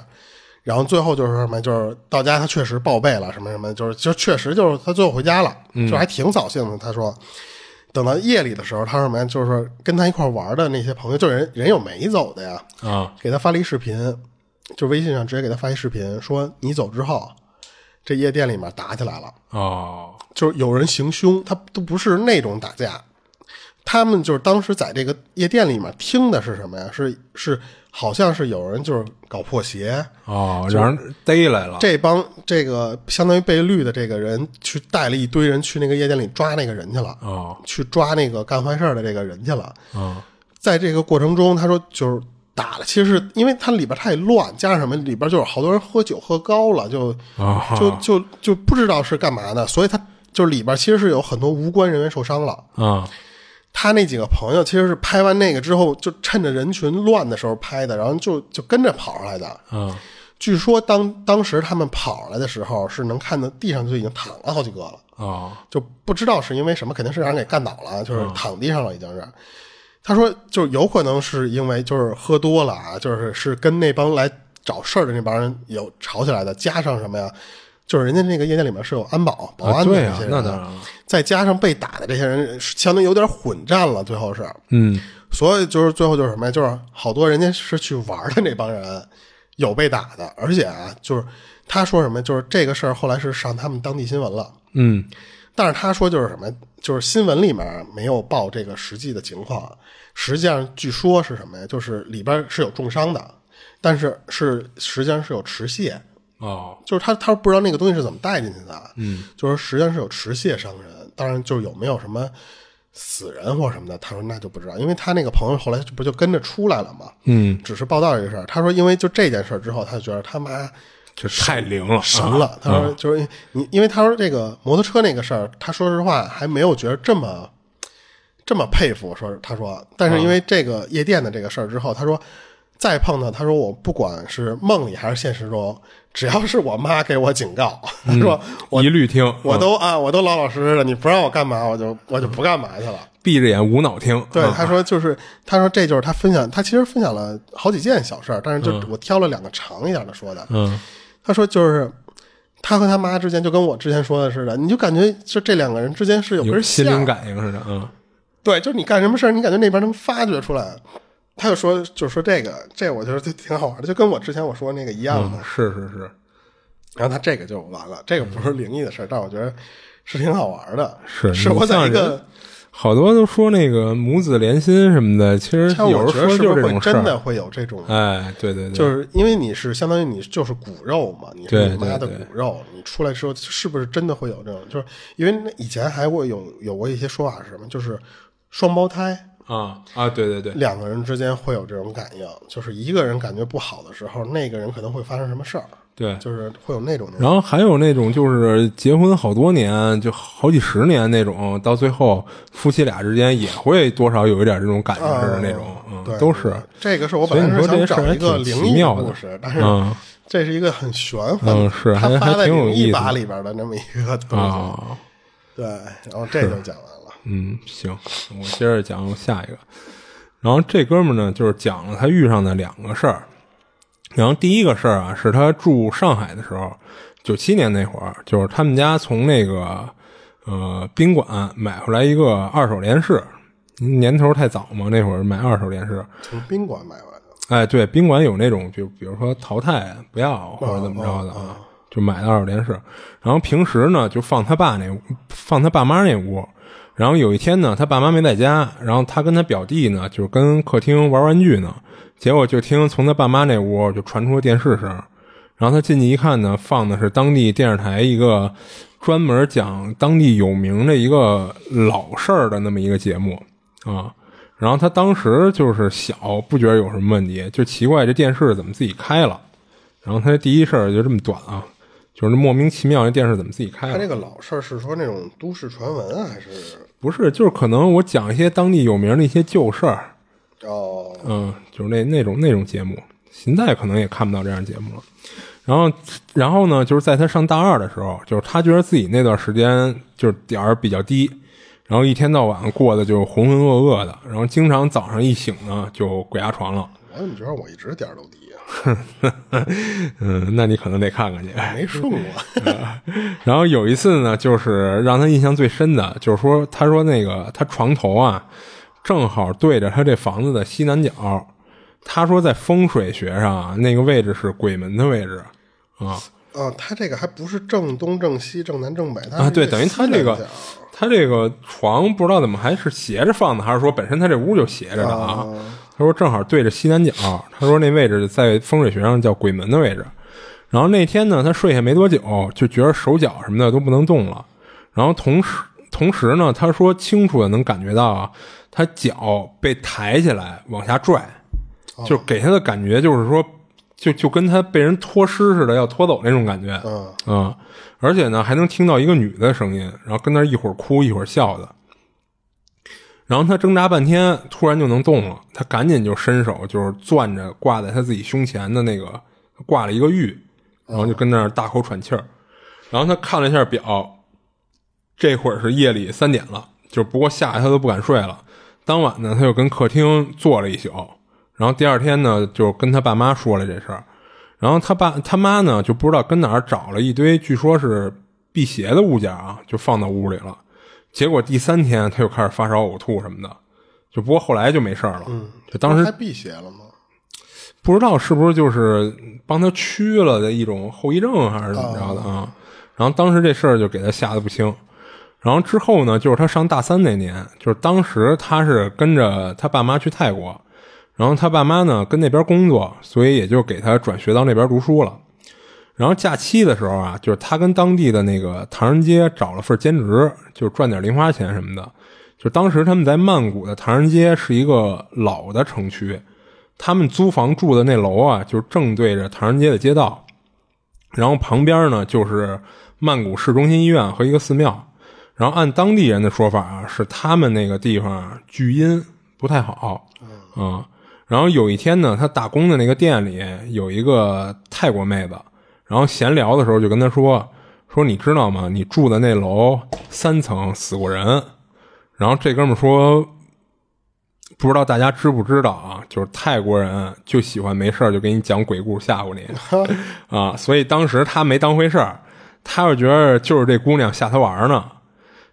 然后最后就是什么，就是到家他确实报备了什么什么，就是就确实就是他最后回家了，就还挺扫兴的。他说，等到夜里的时候，他说什么呀，就是说跟他一块玩的那些朋友，就人人有没走的呀，
啊
给他发了一视频，就微信上直接给他发一视频，说你走之后，这夜店里面打起来了，
哦
就是有人行凶，他都不是那种打架，他们就是当时在这个夜店里面听的是什么呀？是是，好像是有人就是搞破鞋，
哦，让人逮来了，
这帮这个相当于被绿的这个人去带了一堆人去那个夜店里抓那个人去了，
哦
去抓那个干坏事儿的这个人去了。
啊
在这个过程中，他说就是打了，其实是因为它里边太乱，加上什么里边就是好多人喝酒喝高了，就
啊
就就就不知道是干嘛的，所以他就是里边其实是有很多无关人员受伤了。
啊
他那几个朋友其实是拍完那个之后，就趁着人群乱的时候拍的，然后就就跟着跑上来的。
啊
据说当当时他们跑上来的时候，是能看到地上就已经躺了好几个了。
啊
就不知道是因为什么，肯定是让人给干倒了，
嗯
就是躺地上了，已经是。他说，就是有可能是因为就是喝多了啊，就是是跟那帮来找事儿的那帮人有吵起来的，加上什么呀？就是人家那个夜店里面是有安保、保安
啊，
的
对
那
啊
些，人
那
啊，
当然了，
再加上被打的这些人，相当于有点混战了，最后是。
嗯
所以就是最后就是什么呀？就是好多人家是去玩的那帮人有被打的，而且啊，就是他说什么呀，就是这个事儿后来是上他们当地新闻了。
嗯
但是他说就是什么，就是新闻里面没有报这个实际的情况，实际上据说是什么呀？就是里边是有重伤的，但是是实际上是有持械，
哦
就是他他不知道那个东西是怎么带进去的，嗯，就是实际上是有持械伤人，当然就是有没有什么死人或什么的，他说那就不知道，因为他那个朋友后来这不就跟着出来了嘛，
嗯，
只是报道这个事儿，他说因为就这件事儿之后，他就觉得他妈。
这太灵了，啊
神了。他说就是因为你，因为他说这个摩托车那个事儿，他说实话还没有觉得这么这么佩服。说是他说，但是因为这个夜店的这个事儿之后，他说再碰到，他说我不管是梦里还是现实中，只要是我妈给我警告，他说我
一律听，
我都啊我都老老实实的，你不让我干嘛，我就我就不干嘛去了。
闭着眼无脑听，
对，
啊
他说就是，他说这就是他分享，他其实分享了好几件小事儿，但是就我挑了两个长一点的说的。
嗯，
他说就是他和他妈之间就跟我之前说的似的，你就感觉就这两个人之间是有
有
根
点心
线儿
灵，感应似的，嗯
对，就是你干什么事儿，你感觉那边能发掘出来。他就说，就说这个，这我觉得就挺好玩的，就跟我之前我说那个一样的。
嗯，是是是
然后他这个就完了，这个不是灵异的事儿，但我觉得是挺好玩的。
是，
是
你
我在
像
一
人
个，
好多都说那个母子连心什么的，其实
像我
有
觉
时
得
候
是不
就
是
这
会
种事
真的
儿，
会有这种
哎，对对对，
就是因为你是相当于你就是骨肉嘛，你是
对
你妈的
对
骨肉，你出来之后是不是真的会有这种？就是因为那以前还会有有过一些说法是什么，就是双胞胎
啊啊，对对对，
两个人之间会有这种感应，就是一个人感觉不好的时候，那个人可能会发生什么事儿，
对。
就是会有那种那种。
然后还有那种就是结婚好多年，就好几十年那种，到最后夫妻俩之间也会多少有一点这种感觉似的那种，
啊对，
嗯，都是
对，这个是我
所以
本来
你
是
说这
想
事儿
找
还
一个
挺
灵
奇
异的
妙
故
的，
事，但是
嗯
这是一个很玄幻的，
嗯是
他
还
发
还
在
挺有
灵异
意思
吧
的
里边的那么一个东西。
啊，
对，然后这就讲完了。
嗯，行，我接着讲下一个。然后这哥们儿呢，就是讲了他遇上的两个事儿。然后第一个事儿啊，是他住上海的时候，九七年那会儿，就是他们家从那个呃宾馆买回来一个二手电视，年头太早嘛，那会儿买二手电视。
从宾馆买回来的，
哎，对，宾馆有那种，就比如说淘汰不要或者怎么着的啊，就买的二手电视。然后平时呢，就放他爸那屋放他爸妈那屋。然后有一天呢，他爸妈没在家，然后他跟他表弟呢，就是跟客厅玩玩具呢。结果就听从他爸妈那屋就传出电视声，然后他进去一看呢，放的是当地电视台一个专门讲当地有名的一个老事儿的那么一个节目啊。然后他当时就是小，不觉得有什么问题，就奇怪这电视怎么自己开了。然后他这第一事儿就这么短啊，就是莫名其妙这电视怎么自己开
他
了
这。个老事儿是说那种都市传闻啊还是？
不是，就是可能我讲一些当地有名的一些旧事儿，
哦，
嗯，就是那那种那种节目，现在可能也看不到这样节目了。然后，然后呢，就是在他上大二的时候，就是他觉得自己那段时间就是点儿比较低，然后一天到晚过得就浑浑噩噩的，然后经常早上一醒呢就鬼压床了。
我怎么觉得我一直点儿都低啊？
嗯，那你可能得看看去。
没顺过。
然后有一次呢，就是让他印象最深的，就是说，他说那个他床头啊，正好对着他这房子的西南角。他说在风水学上啊，那个位置是鬼门的位置啊
啊，它这个还不是正东、正西、正南、正北，它
啊，
是一
对，等于他这
西
个
南角
他这个床不知道怎么还是斜着放的，还是说本身他这屋就斜着的啊？他说正好对着西南角，他说那位置在风水学上叫鬼门的位置。然后那天呢，他睡下没多久，就觉得手脚什么的都不能动了。然后同时同时呢，他说清楚的能感觉到啊，他脚被抬起来往下拽，就给他的感觉就是说，就就跟他被人拖尸似的，要拖走那种感觉。
嗯
啊，而且呢还能听到一个女的声音，然后跟那儿一会儿哭一会儿笑的。然后他挣扎半天，突然就能动了，他赶紧就伸手就是攥着挂在他自己胸前的那个挂了一个玉，然后就跟那儿大口喘气儿。然后他看了一下表，这会儿是夜里三点了，就不过吓得他都不敢睡了。当晚呢，他就跟客厅坐了一宿，然后第二天呢，就跟他爸妈说了这事儿。然后他爸他妈呢，就不知道跟哪儿找了一堆，据说是辟邪的物件啊，就放到屋里了。结果第三天他又开始发烧、呕吐什么的，就不过后来就没事儿了。就当时
它辟邪了吗？
不知道是不是就是帮他驱了的一种后遗症，还是怎么着的啊？然后当时这事儿就给他吓得不轻。然后之后呢，就是他上大三那年，就是当时他是跟着他爸妈去泰国，然后他爸妈呢跟那边工作，所以也就给他转学到那边读书了。然后假期的时候啊，就是他跟当地的那个唐人街找了份兼职，就是赚点零花钱什么的。就当时他们在曼谷的唐人街是一个老的城区，他们租房住的那楼啊，就是正对着唐人街的街道，然后旁边呢就是曼谷市中心医院和一个寺庙。然后按当地人的说法啊，是他们那个地方啊聚阴不太好啊、然后有一天呢，他打工的那个店里有一个泰国妹子，然后闲聊的时候就跟他说说你知道吗？你住的那楼三层死过人。然后这哥们儿说不知道大家知不知道啊，就是泰国人就喜欢没事儿就给你讲鬼故事吓唬你啊，所以当时他没当回事儿，他就觉得就是这姑娘吓他玩儿呢。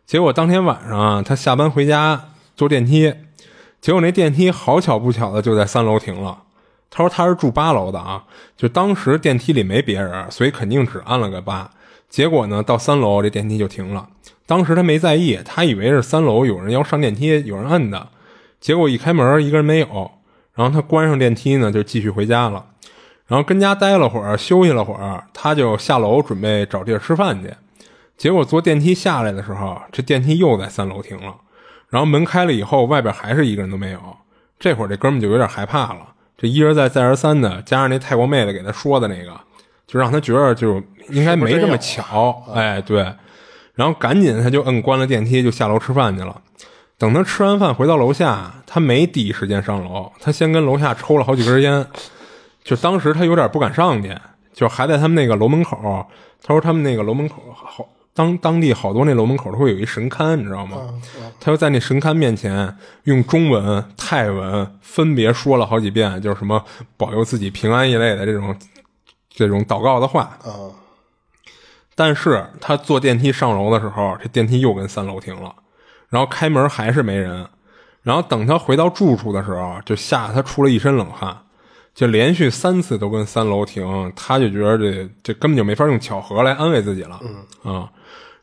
结果当天晚上啊，他下班回家坐电梯，结果那电梯好巧不巧的就在三楼停了。他说他是住八楼的啊，就当时电梯里没别人，所以肯定只按了个八。结果呢，到三楼这电梯就停了。当时他没在意，他以为是三楼有人要上电梯，有人摁的。结果一开门，一个人没有。然后他关上电梯呢，就继续回家了。然后跟家待了会儿，休息了会儿，他就下楼准备找地儿吃饭去。结果坐电梯下来的时候，这电梯又在三楼停了。然后门开了以后，外边还是一个人都没有。这会儿这哥们就有点害怕了，这一而再再而三的，加上那泰国妹子给他说的那个，就让他觉得就应该没这么巧，哎，对。然后赶紧他就摁关了电梯，就下楼吃饭去了。等他吃完饭回到楼下，他没第一时间上楼，他先跟楼下抽了好几根烟。就当时他有点不敢上去，就还在他们那个楼门口。他说他们那个楼门口好当当地好多那楼门口都会有一神龛，你知道
啊嗯
吗？他就在那神龛面前用中文、泰文分别说了好几遍，就是什么保佑自己平安一类的这种这种祷告的话。
啊
但是他坐电梯上楼的时候，这电梯又跟三楼停了，然后开门还是没人。然后等他回到住处的时候，就吓得他出了一身冷汗，就连续三次都跟三楼停，他就觉得这这根本就没法用巧合来安慰自己了。嗯啊，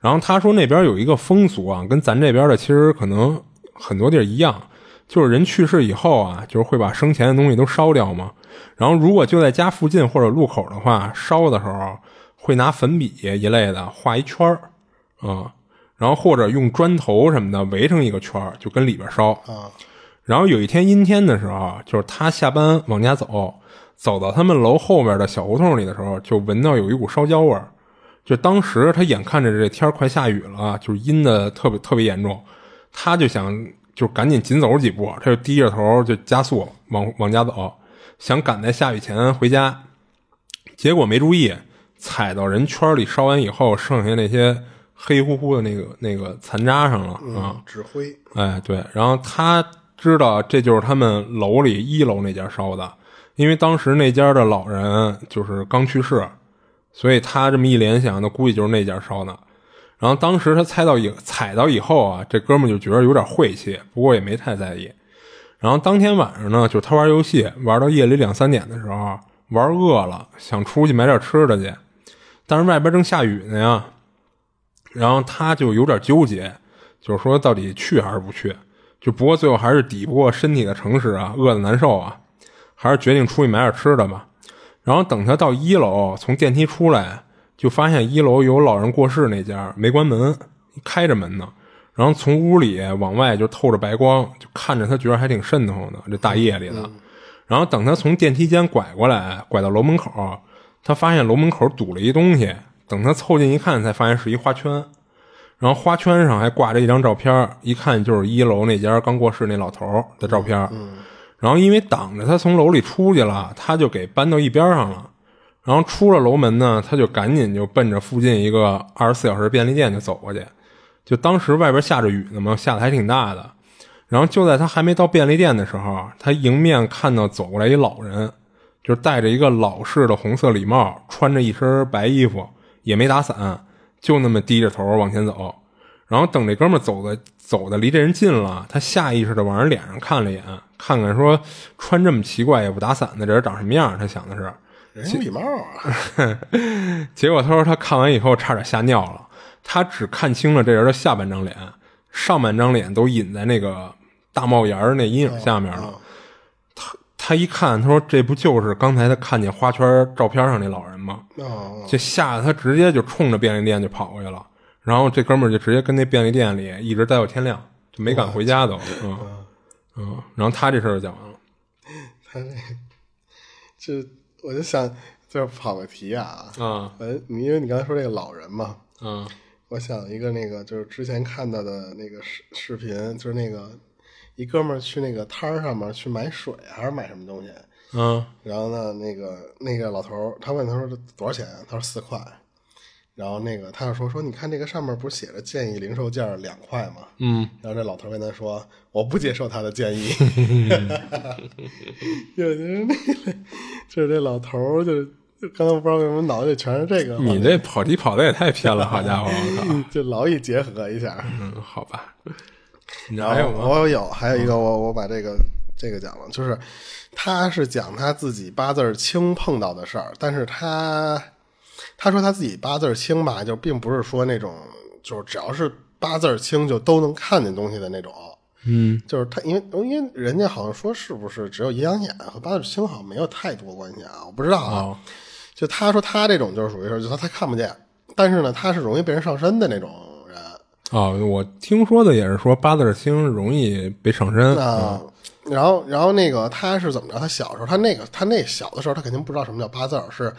然后他说那边有一个风俗啊，跟咱这边的其实可能很多地儿一样，就是人去世以后啊，就是会把生前的东西都烧掉嘛。然后如果就在家附近或者路口的话，烧的时候会拿粉笔一类的画一圈儿啊，然后或者用砖头什么的围成一个圈儿，就跟里边烧。
啊
然后有一天阴天的时候，就是他下班往家走，走到他们楼后面的小胡同里的时候，就闻到有一股烧焦味儿。就当时他眼看着这天儿快下雨了，就是阴的特别特别严重，他就想就赶紧紧走几步，他就低着头就加速往往家走，想赶在下雨前回家。结果没注意，踩到人圈里烧完以后，剩下那些黑乎乎的那个那个残渣上了啊。
嗯，指挥
哎，对，然后他知道这就是他们楼里一楼那家烧的，因为当时那家的老人就是刚去世，所以他这么一联想，那估计就是那家烧的。然后当时他猜到以踩到以后啊，这哥们儿就觉得有点晦气，不过也没太在意。然后当天晚上呢，就是他玩游戏玩到夜里两三点的时候，啊玩饿了，想出去买点吃的去，但是外边正下雨呢呀，然后他就有点纠结，就是说到底去还是不去。就不过最后还是抵不过身体的诚实啊，饿得难受啊，还是决定出去买点吃的吧。然后等他到一楼，从电梯出来，就发现一楼有老人过世那家没关门，开着门呢。然后从屋里往外就透着白光，就看着他觉得还挺瘆得慌的，这大夜里的。然后等他从电梯间拐过来，拐到楼门口，他发现楼门口堵了一东西。等他凑近一看，才发现是一花圈。然后花圈上还挂着一张照片儿，一看就是一楼那家刚过世那老头儿的照片。嗯，然后因为挡着他从楼里出去了，他就给搬到一边儿上了。然后出了楼门呢，他就赶紧就奔着附近一个二十四小时便利店就走过去。就当时外边下着雨呢嘛，下的还挺大的。然后就在他还没到便利店的时候，啊他迎面看到走过来一老人，就是戴着一个老式的红色礼帽，穿着一身白衣服，也没打伞，就那么低着头往前走。然后等这哥们儿走的走的离这人近了，他下意识的往人脸上看了一眼，看看说穿这么奇怪也不打伞的这人长什么样？他想的是，
人有礼貌啊，
结果他说他看完以后差点吓尿了，他只看清了这人的下半张脸，上半张脸都隐在那个大帽檐儿那阴影下面了。他他一看，他说这不就是刚才他看见花圈照片上那老人吗？
哦，
这吓得他直接就冲着便利店就跑过去了。然后这哥们儿就直接跟那便利店里一直待到天亮，就没敢回家都。嗯嗯，然后他这事儿就讲完了。
他这，就我就想，就是跑个题啊，
啊
呃，你因为你刚才说这个老人嘛，
啊
我想一个那个就是之前看到的那个视视频，就是那个一哥们儿去那个摊儿上面去买水还是买什么东西，
啊
然后呢，那个那个老头儿他问他说这多少钱？啊他说四块。然后那个他就说说你看这个上面不是写着建议零售价两块吗？
嗯
然后这老头儿跟他说我不接受他的建议。就就是那个就是这老头儿就是就刚才不知道为什么脑袋里全是这个，
嗯你这跑题跑的也太偏了，好家伙！我靠。
就劳逸结合一下。
嗯，好吧。你还有吗？嗯
我有，还有一个我我把这个这个讲了，就是他是讲他自己八字儿轻碰到的事儿，但是他他说他自己八字儿轻吧，就并不是说那种就是只要是八字儿轻就都能看见东西的那种。
嗯，
就是他，因为因为人家好像说是不是只有阴阳眼和八字儿轻好像没有太多关系啊？我不知道啊。
哦，
就他说他这种就是属于是，就他他看不见，但是呢，他是容易被人上身的那种人。
哦，我听说的也是说八字轻容易被上身。
啊，
嗯
然后然后那个他是怎么着？他小时候，他那个他那小的时候，他肯定不知道什么叫八字儿，是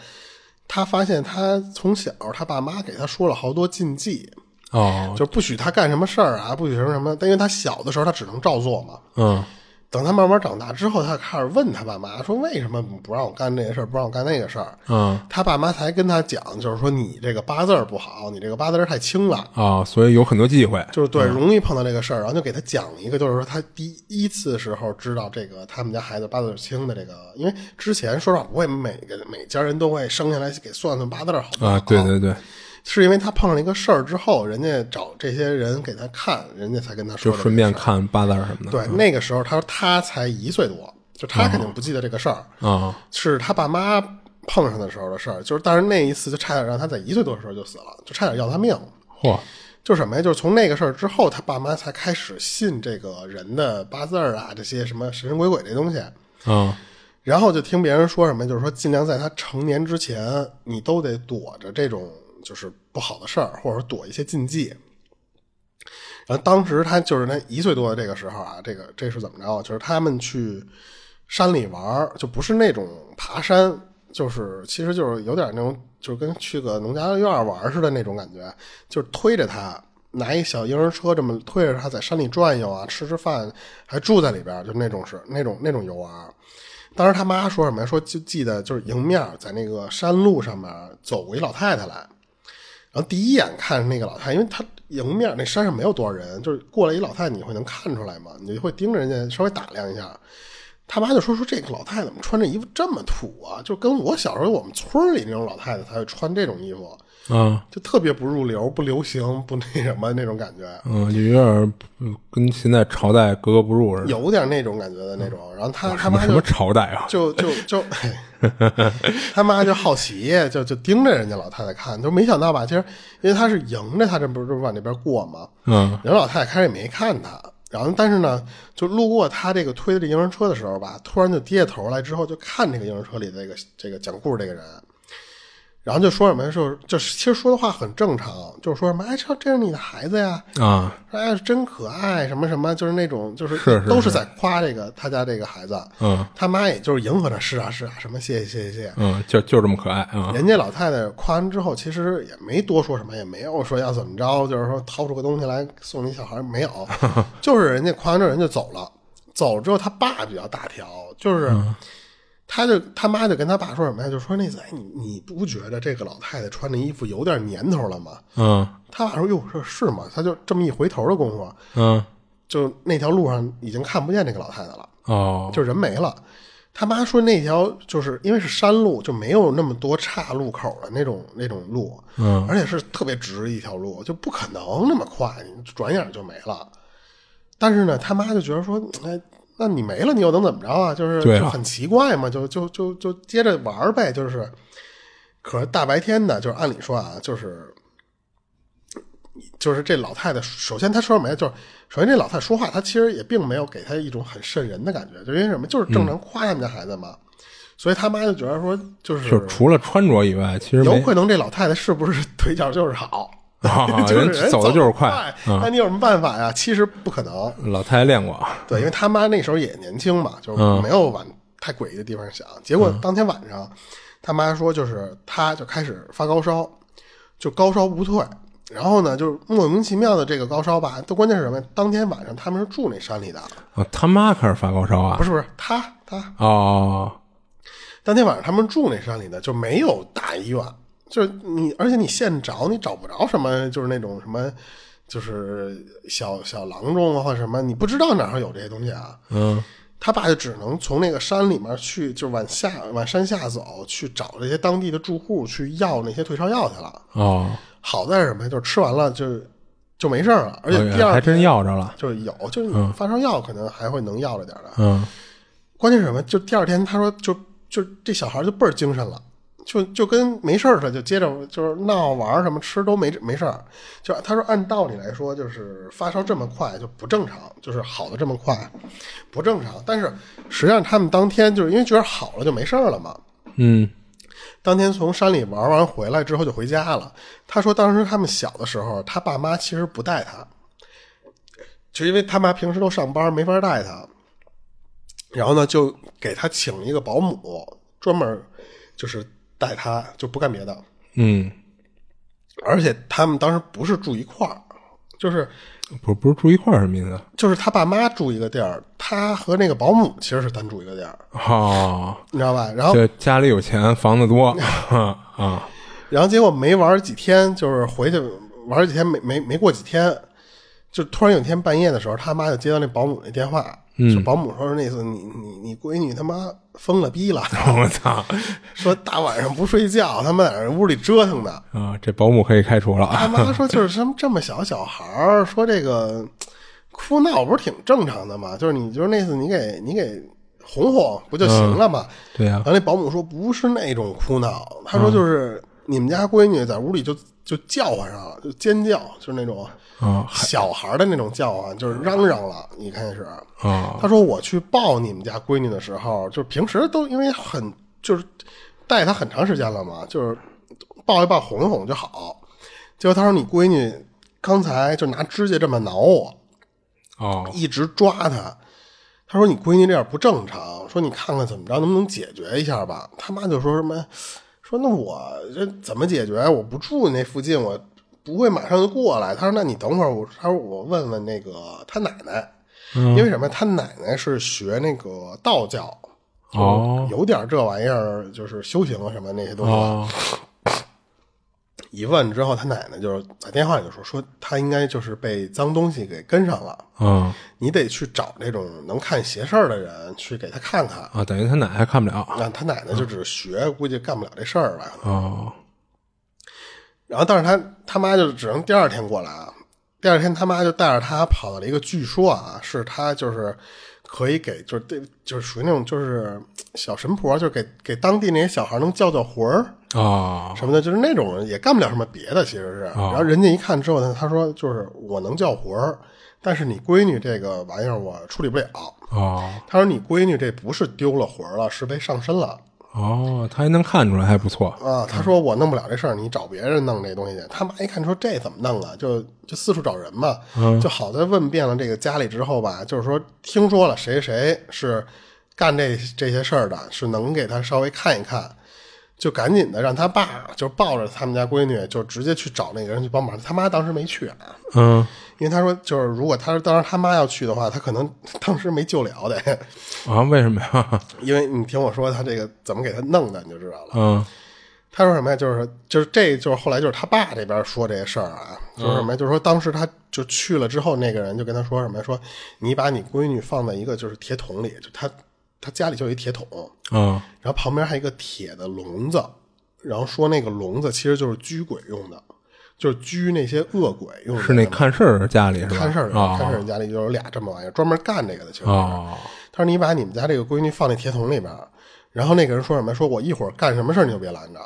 他发现他从小他爸妈给他说了好多禁忌，
哦，
就不许他干什么事儿啊，不许什么什么。但因为他小的时候他只能照做嘛，
嗯
等他慢慢长大之后，他开始问他爸妈说：“为什么不让我干这个事儿，不让我干那个事儿？”
嗯
他爸妈才跟他讲，就是说你这个八字儿不好，你这个八字儿太轻了，
啊，所以有很多忌讳。
就是对容易碰到这个事儿，然后就给他讲了一个，就是说他第一次时候知道这个他们家孩子八字儿轻的这个，因为之前说实话不会每个每家人都会生下来给算算八字儿好不好
啊，对对对，
是因为他碰上了一个事儿之后，人家找这些人给他看，人家才跟他说
就
的
顺便嗯看八字儿什么的。
对，那个时候他他才一岁多，就他肯
哦
定不记得这个事儿，
啊，
是他爸妈碰上的时候的事儿。就是，但是那一次就差点让他在一岁多的时候就死了，就差点要他命。
嚯，
就是什么呀？就是从那个事儿之后，他爸妈才开始信这个人的八字儿啊，这些什么神神鬼鬼这东西。
啊
然后就听别人说什么，就是说尽量在他成年之前，你都得躲着这种就是不好的事儿，或者说躲一些禁忌。然后当时他就是他一岁多的这个时候啊，这个这是怎么着啊？就是他们去山里玩儿，就不是那种爬山，就是其实就是有点那种，就是跟去个农家院玩儿似的那种感觉，就是推着他。拿一小婴儿车这么推着他在山里转悠啊，吃吃饭，还住在里边儿，就那种是那种那种游玩儿。当时他妈说什么呀？说就记得就是迎面在那个山路上面走过一老太太来，然后第一眼看着那个老太太，因为她迎面那山上没有多少人，就是过来一老太太，你会能看出来吗？你会盯着人家稍微打量一下。他妈就说说这个老太太怎么穿这衣服这么土啊？就跟我小时候我们村儿里那种老太太才会穿这种衣服，
啊
就特别不入流、不流行、不那什么那种感觉。
嗯，就有点儿嗯跟现在朝代格格不入似的。
有点那种感觉的那种，然后他他
什么
妈
什
就
么朝代啊？
就就就，他妈就好奇，就就盯着人家老太太看，就没想到吧？其实因为他是迎着他，这不是往那边过吗？
嗯
人家老太太开始也没看他，然后但是呢，就路过他这个推的这婴儿车的时候吧，突然就低下头来之后，就看这个婴儿车里的这个这个讲故事这个人，然后就说什么就是就是其实说的话很正常，就是说什么哎这这是你的孩子呀，
啊
说哎真可爱什么什么，就是那种就是
是是
都是在夸这个他家这个孩子，
嗯
他妈也就是迎合着是啊是啊，什么谢谢谢谢谢谢。
嗯，就就这么可爱啊
人家老太太夸完之后，其实也没多说什么，也没有说要怎么着，就是说掏出个东西来送你小孩，没 有，就是人家夸完之后人就走了。走之后，他爸比较大条，就是，
嗯
他就他妈就跟他爸说什么呀？就说那仔，你你不觉得这个老太太穿的衣服有点年头了吗？
嗯
他爸说哟，这是吗？他就这么一回头的功夫，
嗯
就那条路上已经看不见这个老太太了。
哦
就是人没了。他妈说那条就是因为是山路，就没有那么多岔路口的那种那种路，
嗯，
而且是特别直一条路，就不可能那么快，你转眼就没了。但是呢，他妈就觉得说，哎，那你没了，你又能怎么着啊？就是
对啊
就很奇怪嘛，就就就就接着玩儿呗，就是。可是大白天的，就是按理说啊，就是就是这老太太，首先她说什么呀？就是首先这老太太说话，她其实也并没有给她一种很瘆人的感觉，就因为什么？就是
嗯
正常夸他们家孩子嘛。所以他妈就觉得说，就是
就是除了穿着以外，其实
有
没
可能这老太太是不是 腿脚就是好，
啊
就是人
走
的
的就是
快
快。，啊嗯
那你有什么办法呀？其实不可能，
老太太练过啊
对，因为他妈那时候也年轻嘛，就是没有往太诡异的地方想。结果当天晚上，他妈说就是他就开始发高烧，就高烧不退。然后呢，就是莫名其妙的这个高烧吧，都关键是什么呀？当天晚上他们是住那山里的，
啊，他妈开始发高烧啊
不？是不是他他
哦
当天晚上他们住那山里的，就没有大医院，就是你，而且你现找你找不着什么，就是那种什么，就是小小郎中啊或者什么，你不知道哪儿有这些东西啊。
嗯
他爸就只能从那个山里面去，就往下往山下走，去找这些当地的住户去要那些退烧药去了。
哦，
好在是什么呀？就是吃完了就就没事儿了，而且第
哦还
二
真嗯要着了。
就是有，就是你发烧药可能还会能要着点儿的。
嗯
关键是什么？就第二天他说就就这小孩就倍儿精神了。就就跟没事儿似的，就接着就是闹玩儿什么吃都没没事儿。就他说按道理来说，就是发烧这么快就不正常，就是好的这么快不正常。但是实际上他们当天就是因为觉得好了就没事儿了嘛，
嗯
当天从山里玩完回来之后就回家了。他说当时他们小的时候，他爸妈其实不带他，就因为他妈平时都上班没法带他。然后呢，就给他请了一个保姆，专门就是带他，就不干别的。
嗯，
而且他们当时不是住一块儿，就是
不是不是住一块儿什么意思？啊
就是他爸妈住一个地儿，他和那个保姆其实是单住一个地儿，
哦，
你知道吧？然后
这家里有钱，房子多 啊，
然后结果没玩几天，就是回去玩几天，没没没过几天，就突然有一天半夜的时候，他妈就接到那保姆那电话，就保姆说是那次你你你闺女他妈疯了 逼了，
我操
说大晚上不睡觉，他妈在那屋里折腾呢。
啊，这保姆可以开除了啊
他妈说就是这么这么小小孩儿，说这个哭闹不是挺正常的吗？就是你就是那次你给你给哄哄不就行了吗？
对呀、
然后那保姆说不是那种哭闹，他说就是你们家闺女在屋里就就叫唤上了，就尖叫，就是那种
啊
小孩的那种叫唤，就是嚷嚷了。一开始，
啊
他说我去抱你们家闺女的时候，就是平时都因为很就是带她很长时间了嘛，就是抱一抱哄一哄就好。结果他说你闺女刚才就拿指甲这么挠我，
哦
一直抓他。他说：“你闺女这样不正常，说你看看怎么着，能不能解决一下吧？”他妈就说什么：“说那我这怎么解决？啊我不住那附近，我不会马上就过来。”他说：“那你等会儿我，他说我问问那个他奶奶，
嗯
因为什么？他奶奶是学那个道教，
哦
有点这玩意儿，就是修行啊什么那些东西。
哦
一问之后，他奶奶就是打电话里就说说他应该就是被脏东西给跟上了。”
啊
你得去找这种能看邪事儿的人去给他看看。
啊，等于他奶还看不了
那他奶奶就只是学，估计干不了这事儿吧。
哦
然后，但是他他妈就只能第二天过来啊。第二天，他妈就带着他跑到了一个，据说啊，是他就是可以给，就是对，就是属于那种就是小神婆，就是给给当地那些小孩能叫叫魂儿
哦
什么的，就是那种人也干不了什么别的，其实是。然后人家一看之后呢，他说就是我能叫魂儿，但是你闺女这个玩意儿我处理不了。
哦
他说：“你闺女这不是丢了魂儿了，是被上身了
哦，他还能看出来，还不错
啊！”他说：“我弄不了这事儿，你找别人弄这东西去。”他妈一看说：“这怎么弄啊？”就就四处找人嘛，就好在问遍了这个家里之后吧，就是说听说了谁谁是干这这些事儿的，是能给他稍微看一看，就赶紧的让他爸就抱着他们家闺女，就直接去找那个人去帮忙。他妈当时没去啊，
嗯
因为他说就是如果他当时他妈要去的话，他可能 当时没救了得。
啊，为什么呀？
因为你听我说他这个怎么给他弄的，你就知道了。
嗯
他说什么呀？就是就是这就是后来就是他爸这边说这些事儿啊，就是什么呀？就是说当时他就去了之后，那个人就跟他说什么呀？说你把你闺女放在一个就是铁桶里，就他他家里就有一铁桶，
啊
然后旁边还有一个铁的笼子，然后说那个笼子其实就是拘鬼用的，就是拘那些恶鬼用的。
是那看事儿家里是吧？
看事儿的人，
啊
看事儿人家里就有俩这么玩意儿，专门干这个的。其实是
哦
他说你把你们家这个闺女放那铁桶里边儿，然后那个人说什么？说我一会儿干什么事儿你就别拦着，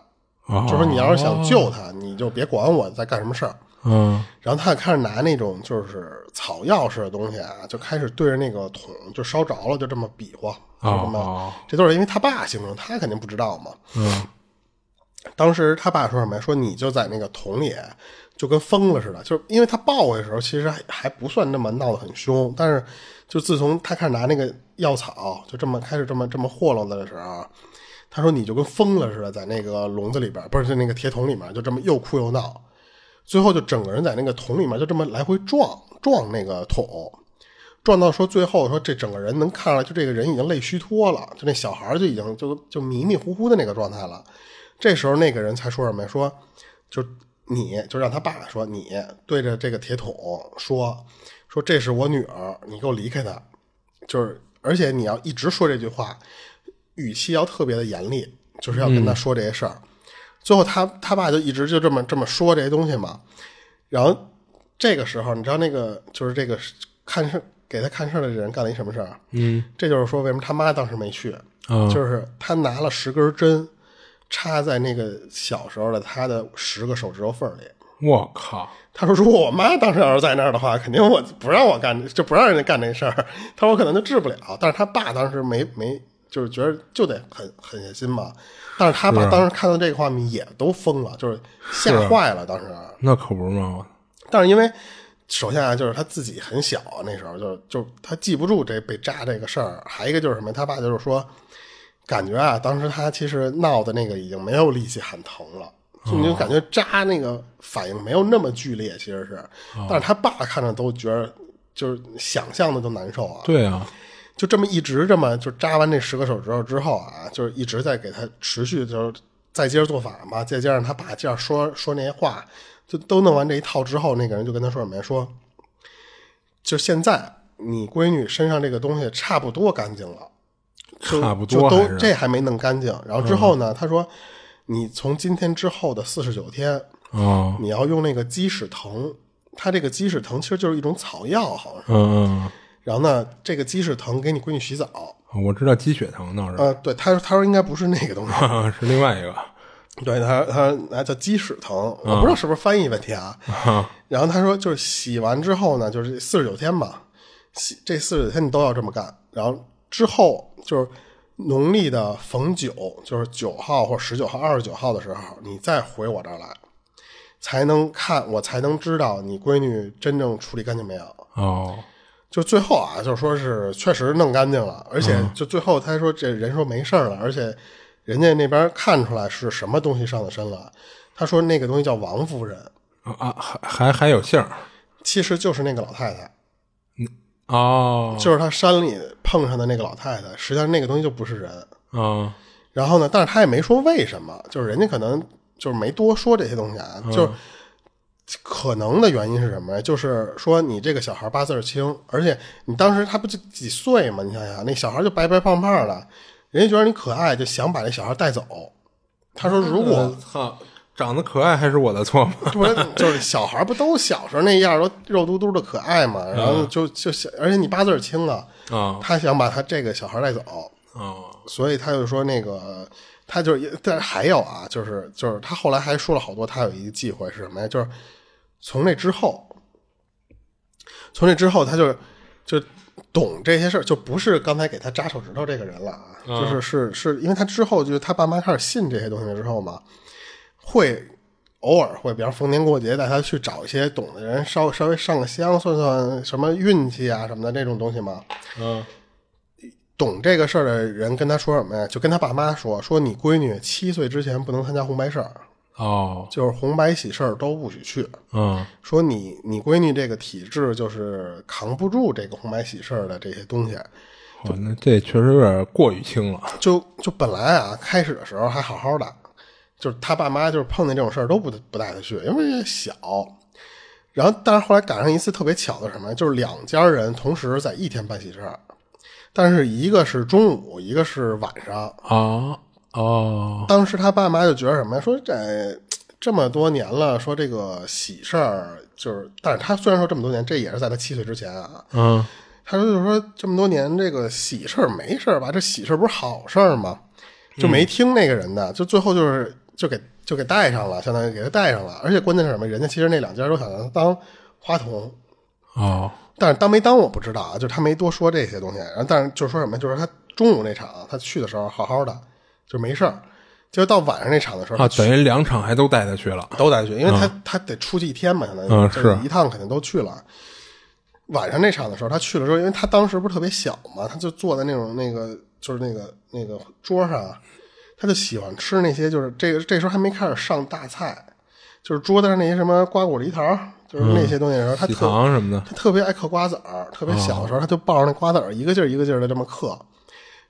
哦，
就说你要是想救她，你就别管我在干什么事儿。
嗯
然后他就开始拿那种就是草药似的东西啊，就开始对着那个桶就烧着了，就这么比划，就这么，
哦
这都是因为他爸形容，他肯定不知道嘛。
嗯
当时他爸说什么呀？说你就在那个桶里，就跟疯了似的。就是因为他抱我的时候，其实还还不算那么闹得很凶，但是就自从他开始拿那个药草，就这么开始这么这么霍乱的时候，他说你就跟疯了似的，在那个笼子里边，不是就那个铁桶里面，就这么又哭又闹，最后就整个人在那个桶里面就这么来回撞撞那个桶。撞到说最后说这整个人能看出来，就这个人已经累虚脱了，就那小孩儿就已经就就迷迷糊糊的那个状态了。这时候那个人才说什么呀？说就你就让他爸说你对着这个铁桶说说这是我女儿，你给我离开她。就是而且你要一直说这句话，语气要特别的严厉，就是要跟他说这些事儿。最后他他爸就一直就这么这么说这些东西嘛。然后这个时候，你知道那个就是这个看事给他看事儿的人干了一什么事儿？嗯，这就是说为什么他妈当时没去，
啊
就是他拿了十根针插在那个小时候的他的十个手指头缝儿里。
我靠，
他说：“如果我妈当时要是在那儿的话，肯定我不让我干，就不让人家干这事儿。他说我可能就治不了。但是他爸当时没没，就是觉得就得狠狠下心嘛。但是他爸当时看到这个画面也都疯了，就是吓坏了。当时，
那可不是嘛，
但是因为首先啊，就是他自己很小，那时候就就他记不住这被扎这个事儿。还一个就是什么，他爸就是说，感觉啊，当时他其实闹的那个已经没有力气喊疼了。就你就感觉扎那个反应没有那么剧烈，其实是，但是他爸看着都觉得就是想象的都难受啊。
对啊，
就这么一直这么就扎完这十个手指头之后啊，就是一直在给他持续就是再接着做法嘛，再加上他爸这样说说那些话，就都弄完这一套之后，那个人就跟他说什么呀？说，就现在你闺女身上这个东西差不多干净了，就
差不
就
多还
都
是
这还没弄干净。然后之后呢，他说你从今天之后的四十九天，
哦，
你要用那个鸡屎藤，它这个鸡屎藤其实就是一种草药，好像是。
嗯
然后呢，这个鸡屎藤给你闺女洗澡，
嗯，我知道鸡血藤倒是、
呃，对，他说他说应该不是那个东西，
是 另外一个，
对他他那叫鸡屎藤，我不知道是不是翻译问题啊。
啊、
然后他说就是洗完之后呢，就是四十九天吧，洗这四十九天你都要这么干，然后之后就是农历的逢九，就是九号或十九号、二十九号的时候，你再回我这儿来，才能看我才能知道你闺女真正处理干净没有。
哦，
就最后啊，就说是确实弄干净了，而且就最后他说这人说没事儿了，而且人家那边看出来是什么东西上的身了。他说那个东西叫王夫人，
啊，还还还有姓儿
其实就是那个老太太，
哦，
就是他山里碰上的那个老太太。实际上那个东西就不是人。
啊，
然后呢，但是他也没说为什么，就是人家可能就是没多说这些东西啊，就是可能的原因是什么呀？就是说你这个小孩八字儿轻，而且你当时他不就几岁嘛？你想想，那小孩就白白胖胖的，人家觉得你可爱，就想把这小孩带走。他说：“如果
我操，长得可爱还是我的错吗？
不是， 就是小孩不都小时候那样都肉嘟嘟的可爱嘛？然后就就想，而且你八字儿轻啊，
啊
他想把他这个小孩带走。
哦
所以他就说那个，他就是也，但是还有啊，就是就是他后来还说了好多，他有一个忌讳是什么呀？就是从那之后，从那之后他就就懂这些事儿，就不是刚才给他扎手指头这个人了啊，就是是是因为他之后就是他爸妈开始信这些东西之后嘛，会偶尔会，比方逢年过节带他去找一些懂的人，稍稍微上个香，算算什么运气啊什么的那种东西嘛。
嗯
懂这个事儿的人跟他说什么呀？就跟他爸妈说，说你闺女七岁之前不能参加红白事儿，
哦
就是红白喜事儿都不许去。
嗯
说你你闺女这个体质就是扛不住这个红白喜事儿的这些东西，
哦，那这确实有点过于轻了。
就就本来啊，开始的时候还好好的，就是他爸妈就是碰见这种事儿都不不带他去，因为小。然后，但是后来赶上一次特别巧的是什么呀，就是两家人同时在一天办喜事儿，但是一个是中午，一个是晚上。
啊哦
当时他爸妈就觉得什么呀？说这这么多年了，说这个喜事儿就是，但是他虽然说这么多年，这也是在他七岁之前啊。
嗯
他说就是说这么多年这个喜事儿没事儿吧？这喜事儿不是好事儿吗？就没听那个人的，就最后就是就给就给带上了，相当于给他带上了。而且关键是什么？人家其实那两家都想让他当花童，
哦
但是当没当我不知道啊，就是他没多说这些东西。啊然后但是就是说什么，就是他中午那场他去的时候好好的，就没事儿。结果到晚上那场的时候，
啊，等于两场还都带他去了。
都带去，因为他、他得出去一天嘛，相当于、
嗯
就是一趟肯定都去了。晚上那场的时候，他去了之后，因为他当时不是特别小嘛，他就坐在那种那个就是那个那个桌上啊，他就喜欢吃那些就是这个这时候还没开始上大菜，就是桌子上那些什么瓜果梨桃，就是那些东西的时候，他
嗯喜
特
糖什么的，
他特别爱嗑瓜子儿，特别小的时候，他就抱着那瓜子儿一个劲儿一个劲儿的这么嗑。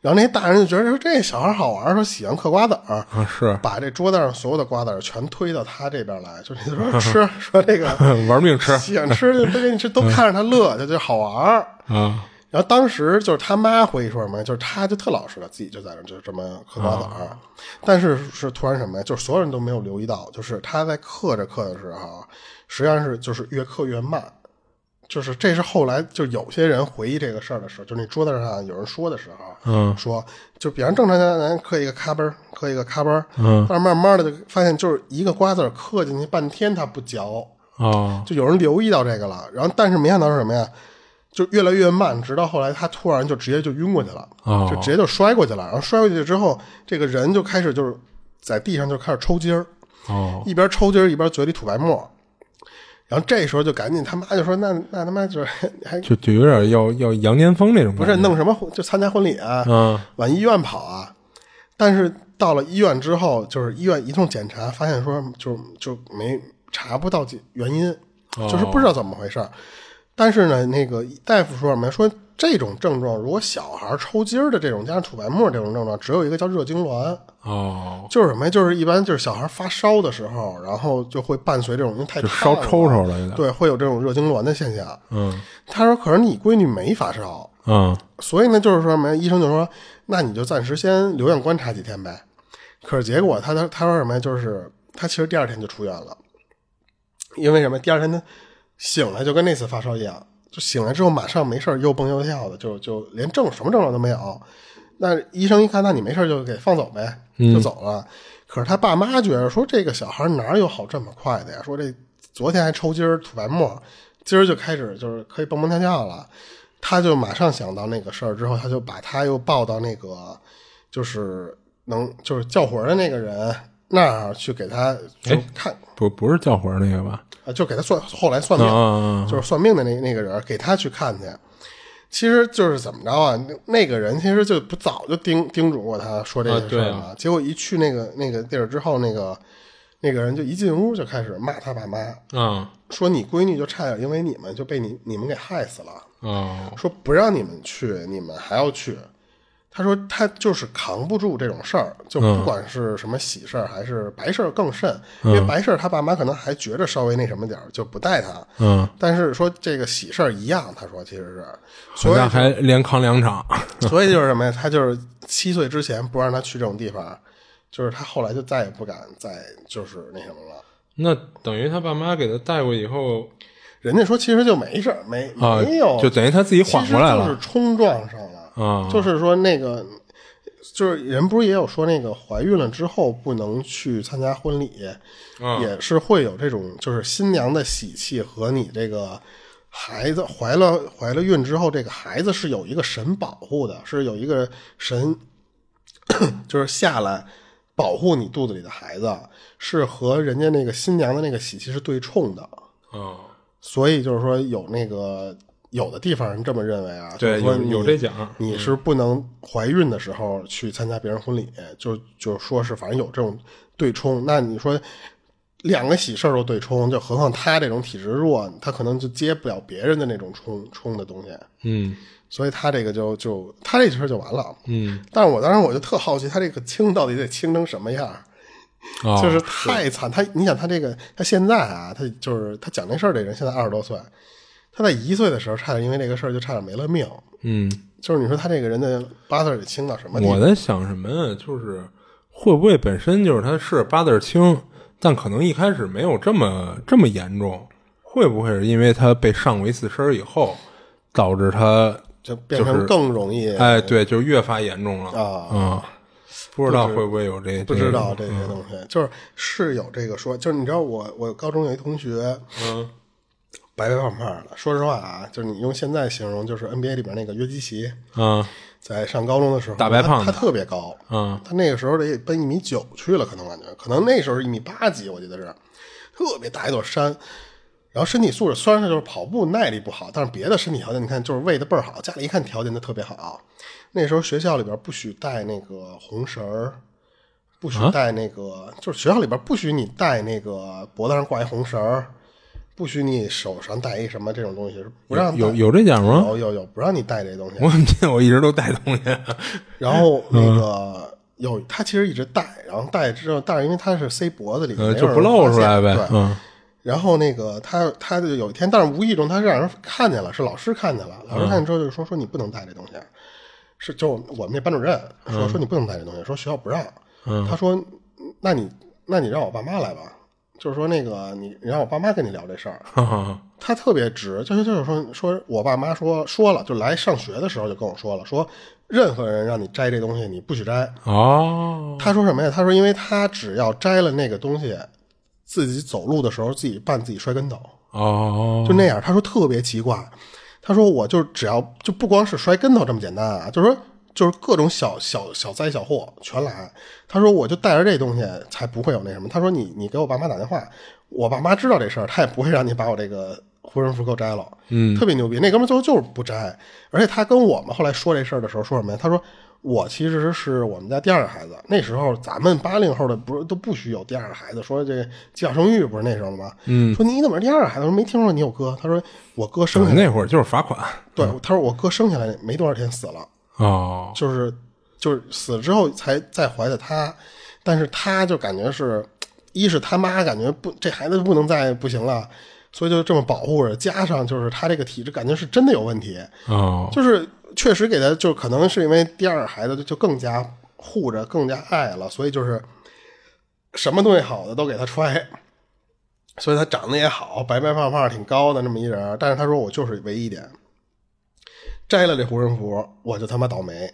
然后那些大人就觉得说这小孩好玩儿，说喜欢嗑瓜子儿，
啊是
把这桌子上所有的瓜子儿全推到他这边来，就是说吃， 说这个
玩命 吃
喜欢吃就都给你吃，都看着他乐，就就好玩儿。
啊
然后当时就是他妈回忆说什么，就是他就特老实了，自己就在那儿就这么嗑瓜子儿。但是是突然什么呀，就是所有人都没有留意到，就是他在嗑着嗑的时候，实际上是就是越嗑越慢。就是这是后来就有些人回忆这个事儿的时候，就那桌子上有人说的时候，
嗯
说就比方正常咱咱嗑一个咔嘣儿，嗑一个咔嘣儿，
嗯，
但是慢慢的就发现就是一个瓜子儿嗑进去半天它不嚼，
哦
就有人留意到这个了，然后但是没想到是什么呀？就越来越慢，直到后来他突然就直接就晕过去了，
哦
就直接就摔过去了。然后摔过去之后，这个人就开始就是在地上就开始抽筋儿，
哦
一边抽筋儿一边嘴里吐白沫。然后这时候就赶紧他妈就说：“那那他妈就是 还
就就有点要要羊年风那种
不
感觉，
是弄什么婚就参加婚礼啊，
嗯
往医院跑啊。但是到了医院之后，就是医院一通检查，发现说就就没查不到
哦
原因，就是不知道怎么回事儿。但是呢，那个大夫说什么呀？说这种症状，如果小孩抽筋儿的这种，加上吐白沫这种症状，只有一个叫热痉挛，
哦，
就是什么呀？就是一般就是小孩发烧的时候，然后就会伴随这种因为太
就
烫
烧
了
抽抽了有点。
对，会有这种热痉挛的现象。
嗯
他说：“可是你闺女没发烧，
嗯，
所以呢，就是说什么呀？医生就说，那你就暂时先留院观察几天呗。可是结果他他他说什么呀？就是他其实第二天就出院了，因为什么？第二天他醒来就跟那次发烧一样，就醒来之后马上没事儿又蹦又跳的，就就连症什么症状都没有。那医生一看，那你没事儿就给放走呗，就走了。可是他爸妈觉得说这个小孩哪有好这么快的呀？说这昨天还抽筋儿吐白沫，今儿就开始就是可以蹦蹦跳跳了。他就马上想到那个事儿之后，他就把他又抱到那个就是能就是叫魂儿的那个人那儿去给他就看
不不是叫魂儿那个吧？
啊，就给他算后来算
啊
命。
啊
就是算命的那那个人，给他去看去。其实就是怎么着啊？那那个人其实就不早就叮叮嘱过他说这
啊
件事儿
对
了、
啊
结果一去那个那个地儿之后，那个那个人就一进屋就开始骂他爸妈，
啊
说你闺女就差点因为你们就被你你们给害死了，
啊！
说不让你们去，你们还要去。他说他就是扛不住这种事儿，就
嗯
不管是什么喜事儿还是白事儿更甚，因为白事儿他爸妈可能还觉着稍微那什么点儿，就不带他。
嗯，
但是说这个喜事儿一样，他说其实是，
好
所
像还连扛两场。
以所以就是什么呀？他就是七岁之前不让他去这种地方，就是他后来就再也不敢再就是那什么了。
那等于他爸妈给他带过以后
人家说其实就没事儿，没、
啊
没有，，
就等于他自己缓过来
其实就
了
是冲撞上了。
啊。
就是说那个，就是人不是也有说那个怀孕了之后不能去参加婚礼，
嗯
也是会有这种就是新娘的喜气和你这个孩子怀了怀了孕之后，这个孩子是有一个神保护的，是有一个神 就是下来。保护你肚子里的孩子是和人家那个新娘的那个喜气是对冲的，
啊，
所以就是说有那个有的地方人这么认为啊，
对，
就是
有
说你
有这讲，
你是不能怀孕的时候去参加别人婚礼，就就说是反正有这种对冲。那你说两个喜事儿都对冲，就何况他这种体质弱，他可能就接不了别人的那种冲冲的东西，
嗯
所以他这个就就他这事儿就完了。
嗯，
但是我当时我就特好奇，他这个轻到底得轻成什么样儿？
啊
就是太惨。他，你想他这个，他现在啊，他就是他讲这事儿的人，现在二十多岁，他在一岁的时候差点因为这个事儿就差点没了命。
嗯，
就是你说他这个人的八字得轻到什么地
我
步？
在想什么呀？就是会不会本身就是他是八字轻，但可能一开始没有这么这么严重，会不会是因为他被上过一次身儿以后，导致他
就变成更容易、
哎对，就越发严重了
啊
嗯不知道会不会有这
不知道这些东西，
嗯
就是是有这个说，就是你知道我我高中有一同学，
嗯
白白胖胖的，说实话啊，就是你用现在形容，就是 NBA 里边那个约基奇，
啊
在上高中的时候，
大白胖子
他，他特别高，
啊
他那个时候得奔一米九去了，可能感觉，可能那时候一米八几，我记得是，特别大一座山。然后身体素质虽然他就是跑步耐力不好，但是别的身体条件你看就是喂的倍儿好，家里一看条件就特别好。那时候学校里边不许带那个红绳儿，不
啊
许带那个，就是学校里边不许你带那个脖子上挂一红绳儿，不许你手上带一什么这种东西，是不让
有
带
有这讲吗？
有有有不让你带这东西。
我怎么记得我一直都带东西？
然后那
嗯
个有他其实一直戴，然后戴之后，但是因为他是塞脖子里，
呃，
没
就
有人
不露出来呗
发现。对。
嗯
然后那个他他就有一天，但是无意中他是让人看见了，是老师看见了，
嗯
老师看见之后就说说你不能戴这东西，是就我们那班主任
嗯
说说你不能戴这东西，说学校不让。他说那你那你让我爸妈来吧，就是说那个你你让我爸妈跟你聊这事儿。
哈哈，
他特别直，就是就是说说我爸妈说说了，就来上学的时候就跟我说了，说任何人让你摘这东西，你不许摘。
哦，
他说什么呀？他说因为他只要摘了那个东西，自己走路的时候自己绊自己摔跟头，
哦
就，那样。他说特别奇怪，他说我就只要就不光是摔跟头这么简单啊，就是说就是各种小小小灾小祸全来。他说我就带着这东西才不会有那什么。他说你你给我爸妈打电话，我爸妈知道这事儿，他也不会让你把我这个。护身符给我摘了，
嗯，
特别牛逼。那哥们儿最后就是不摘，而且他跟我们后来说这事儿的时候说什么呀？他说我其实是我们家第二个孩子，那时候咱们八零后的不是都不许有第二个孩子，说这计划生育不是那时候吗？嗯，说你怎么是第二个孩子？我说没听说你有哥。他说我哥生下来，
那会儿就是罚款
对，他说我哥生下来没多少天死了。
哦，
就是就是死了之后才再怀的他，但是他就感觉是，一是他妈感觉不这孩子不能再不行了，所以就这么保护着，加上就是他这个体质感觉是真的有问题，
哦，
就是确实给他就可能是因为第二个孩子就就更加护着更加爱了，所以就是什么东西好的都给他揣。 所以他长得也好，白白胖胖，挺高的那么一人儿。但是他说我就是唯一一点，摘了这护身符，我就他妈倒霉，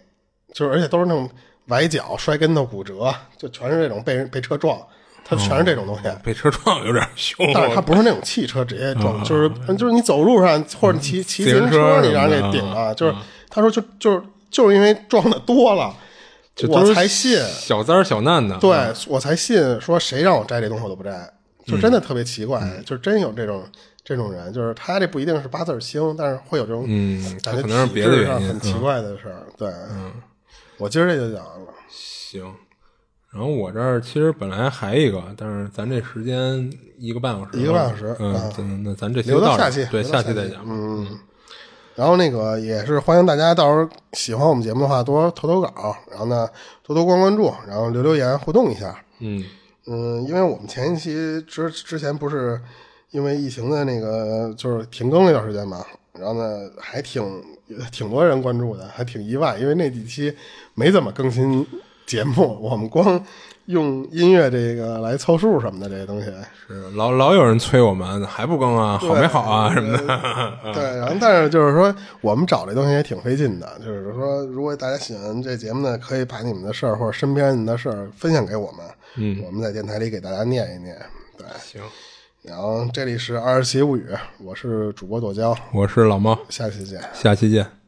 就是而且都是那种崴脚、摔跟头、骨折，就全是这种被人被车撞，他全是这种东西。
被车撞有点凶，
但是他不是那种汽车直接撞，就是嗯就是你走路上或者你骑骑
哦嗯自
自
行
行
车
车，
什
你让
么
人
的
给顶
啊
了。就是他说就就是就是因为撞的多了，
这都
我
是嗯
才信。
小灾儿小难的，
对，我才信说谁让我摘这东西我都不摘，就真的
嗯
特别奇怪，就真有这种这种人，就是他这不一定是八字儿轻，但是会有这种
嗯
感觉
他可能是
体
别的
质
原
上
因
很奇
嗯
怪的事儿。对，我今儿这就讲完了。
行，然后我这儿其实本来还一个，但是咱这时间一个半小时了，
一个半小时
嗯
啊，
咱那咱这期
留
就
到
这儿
下期
对，
留到
下期
下
再
期
讲，
嗯，然后那个也是欢迎大家到时候喜欢我们节目的话，多投投稿，然后呢多多关关注，然后留留言互动一下。
嗯，
嗯，因为我们前一期之之前不是因为疫情的那个就是停更了一段时间嘛，然后呢还挺挺多人关注的，还挺意外，因为那几期没怎么更新节目，我们光用音乐这个来凑数什么的这些东西。
是老老有人催我们还不更啊，好没好啊什么的，
嗯对，然后但是就是说，我们找这东西也挺费劲的。就是说，如果大家喜欢这节目呢，可以把你们的事儿或者身边人的事儿分享给我们，嗯，我们在电台里给大家念一念。对，
行，
然后这里是《二十七物语》，我是主播朵娇，
我是老猫，
下期见。
下期见。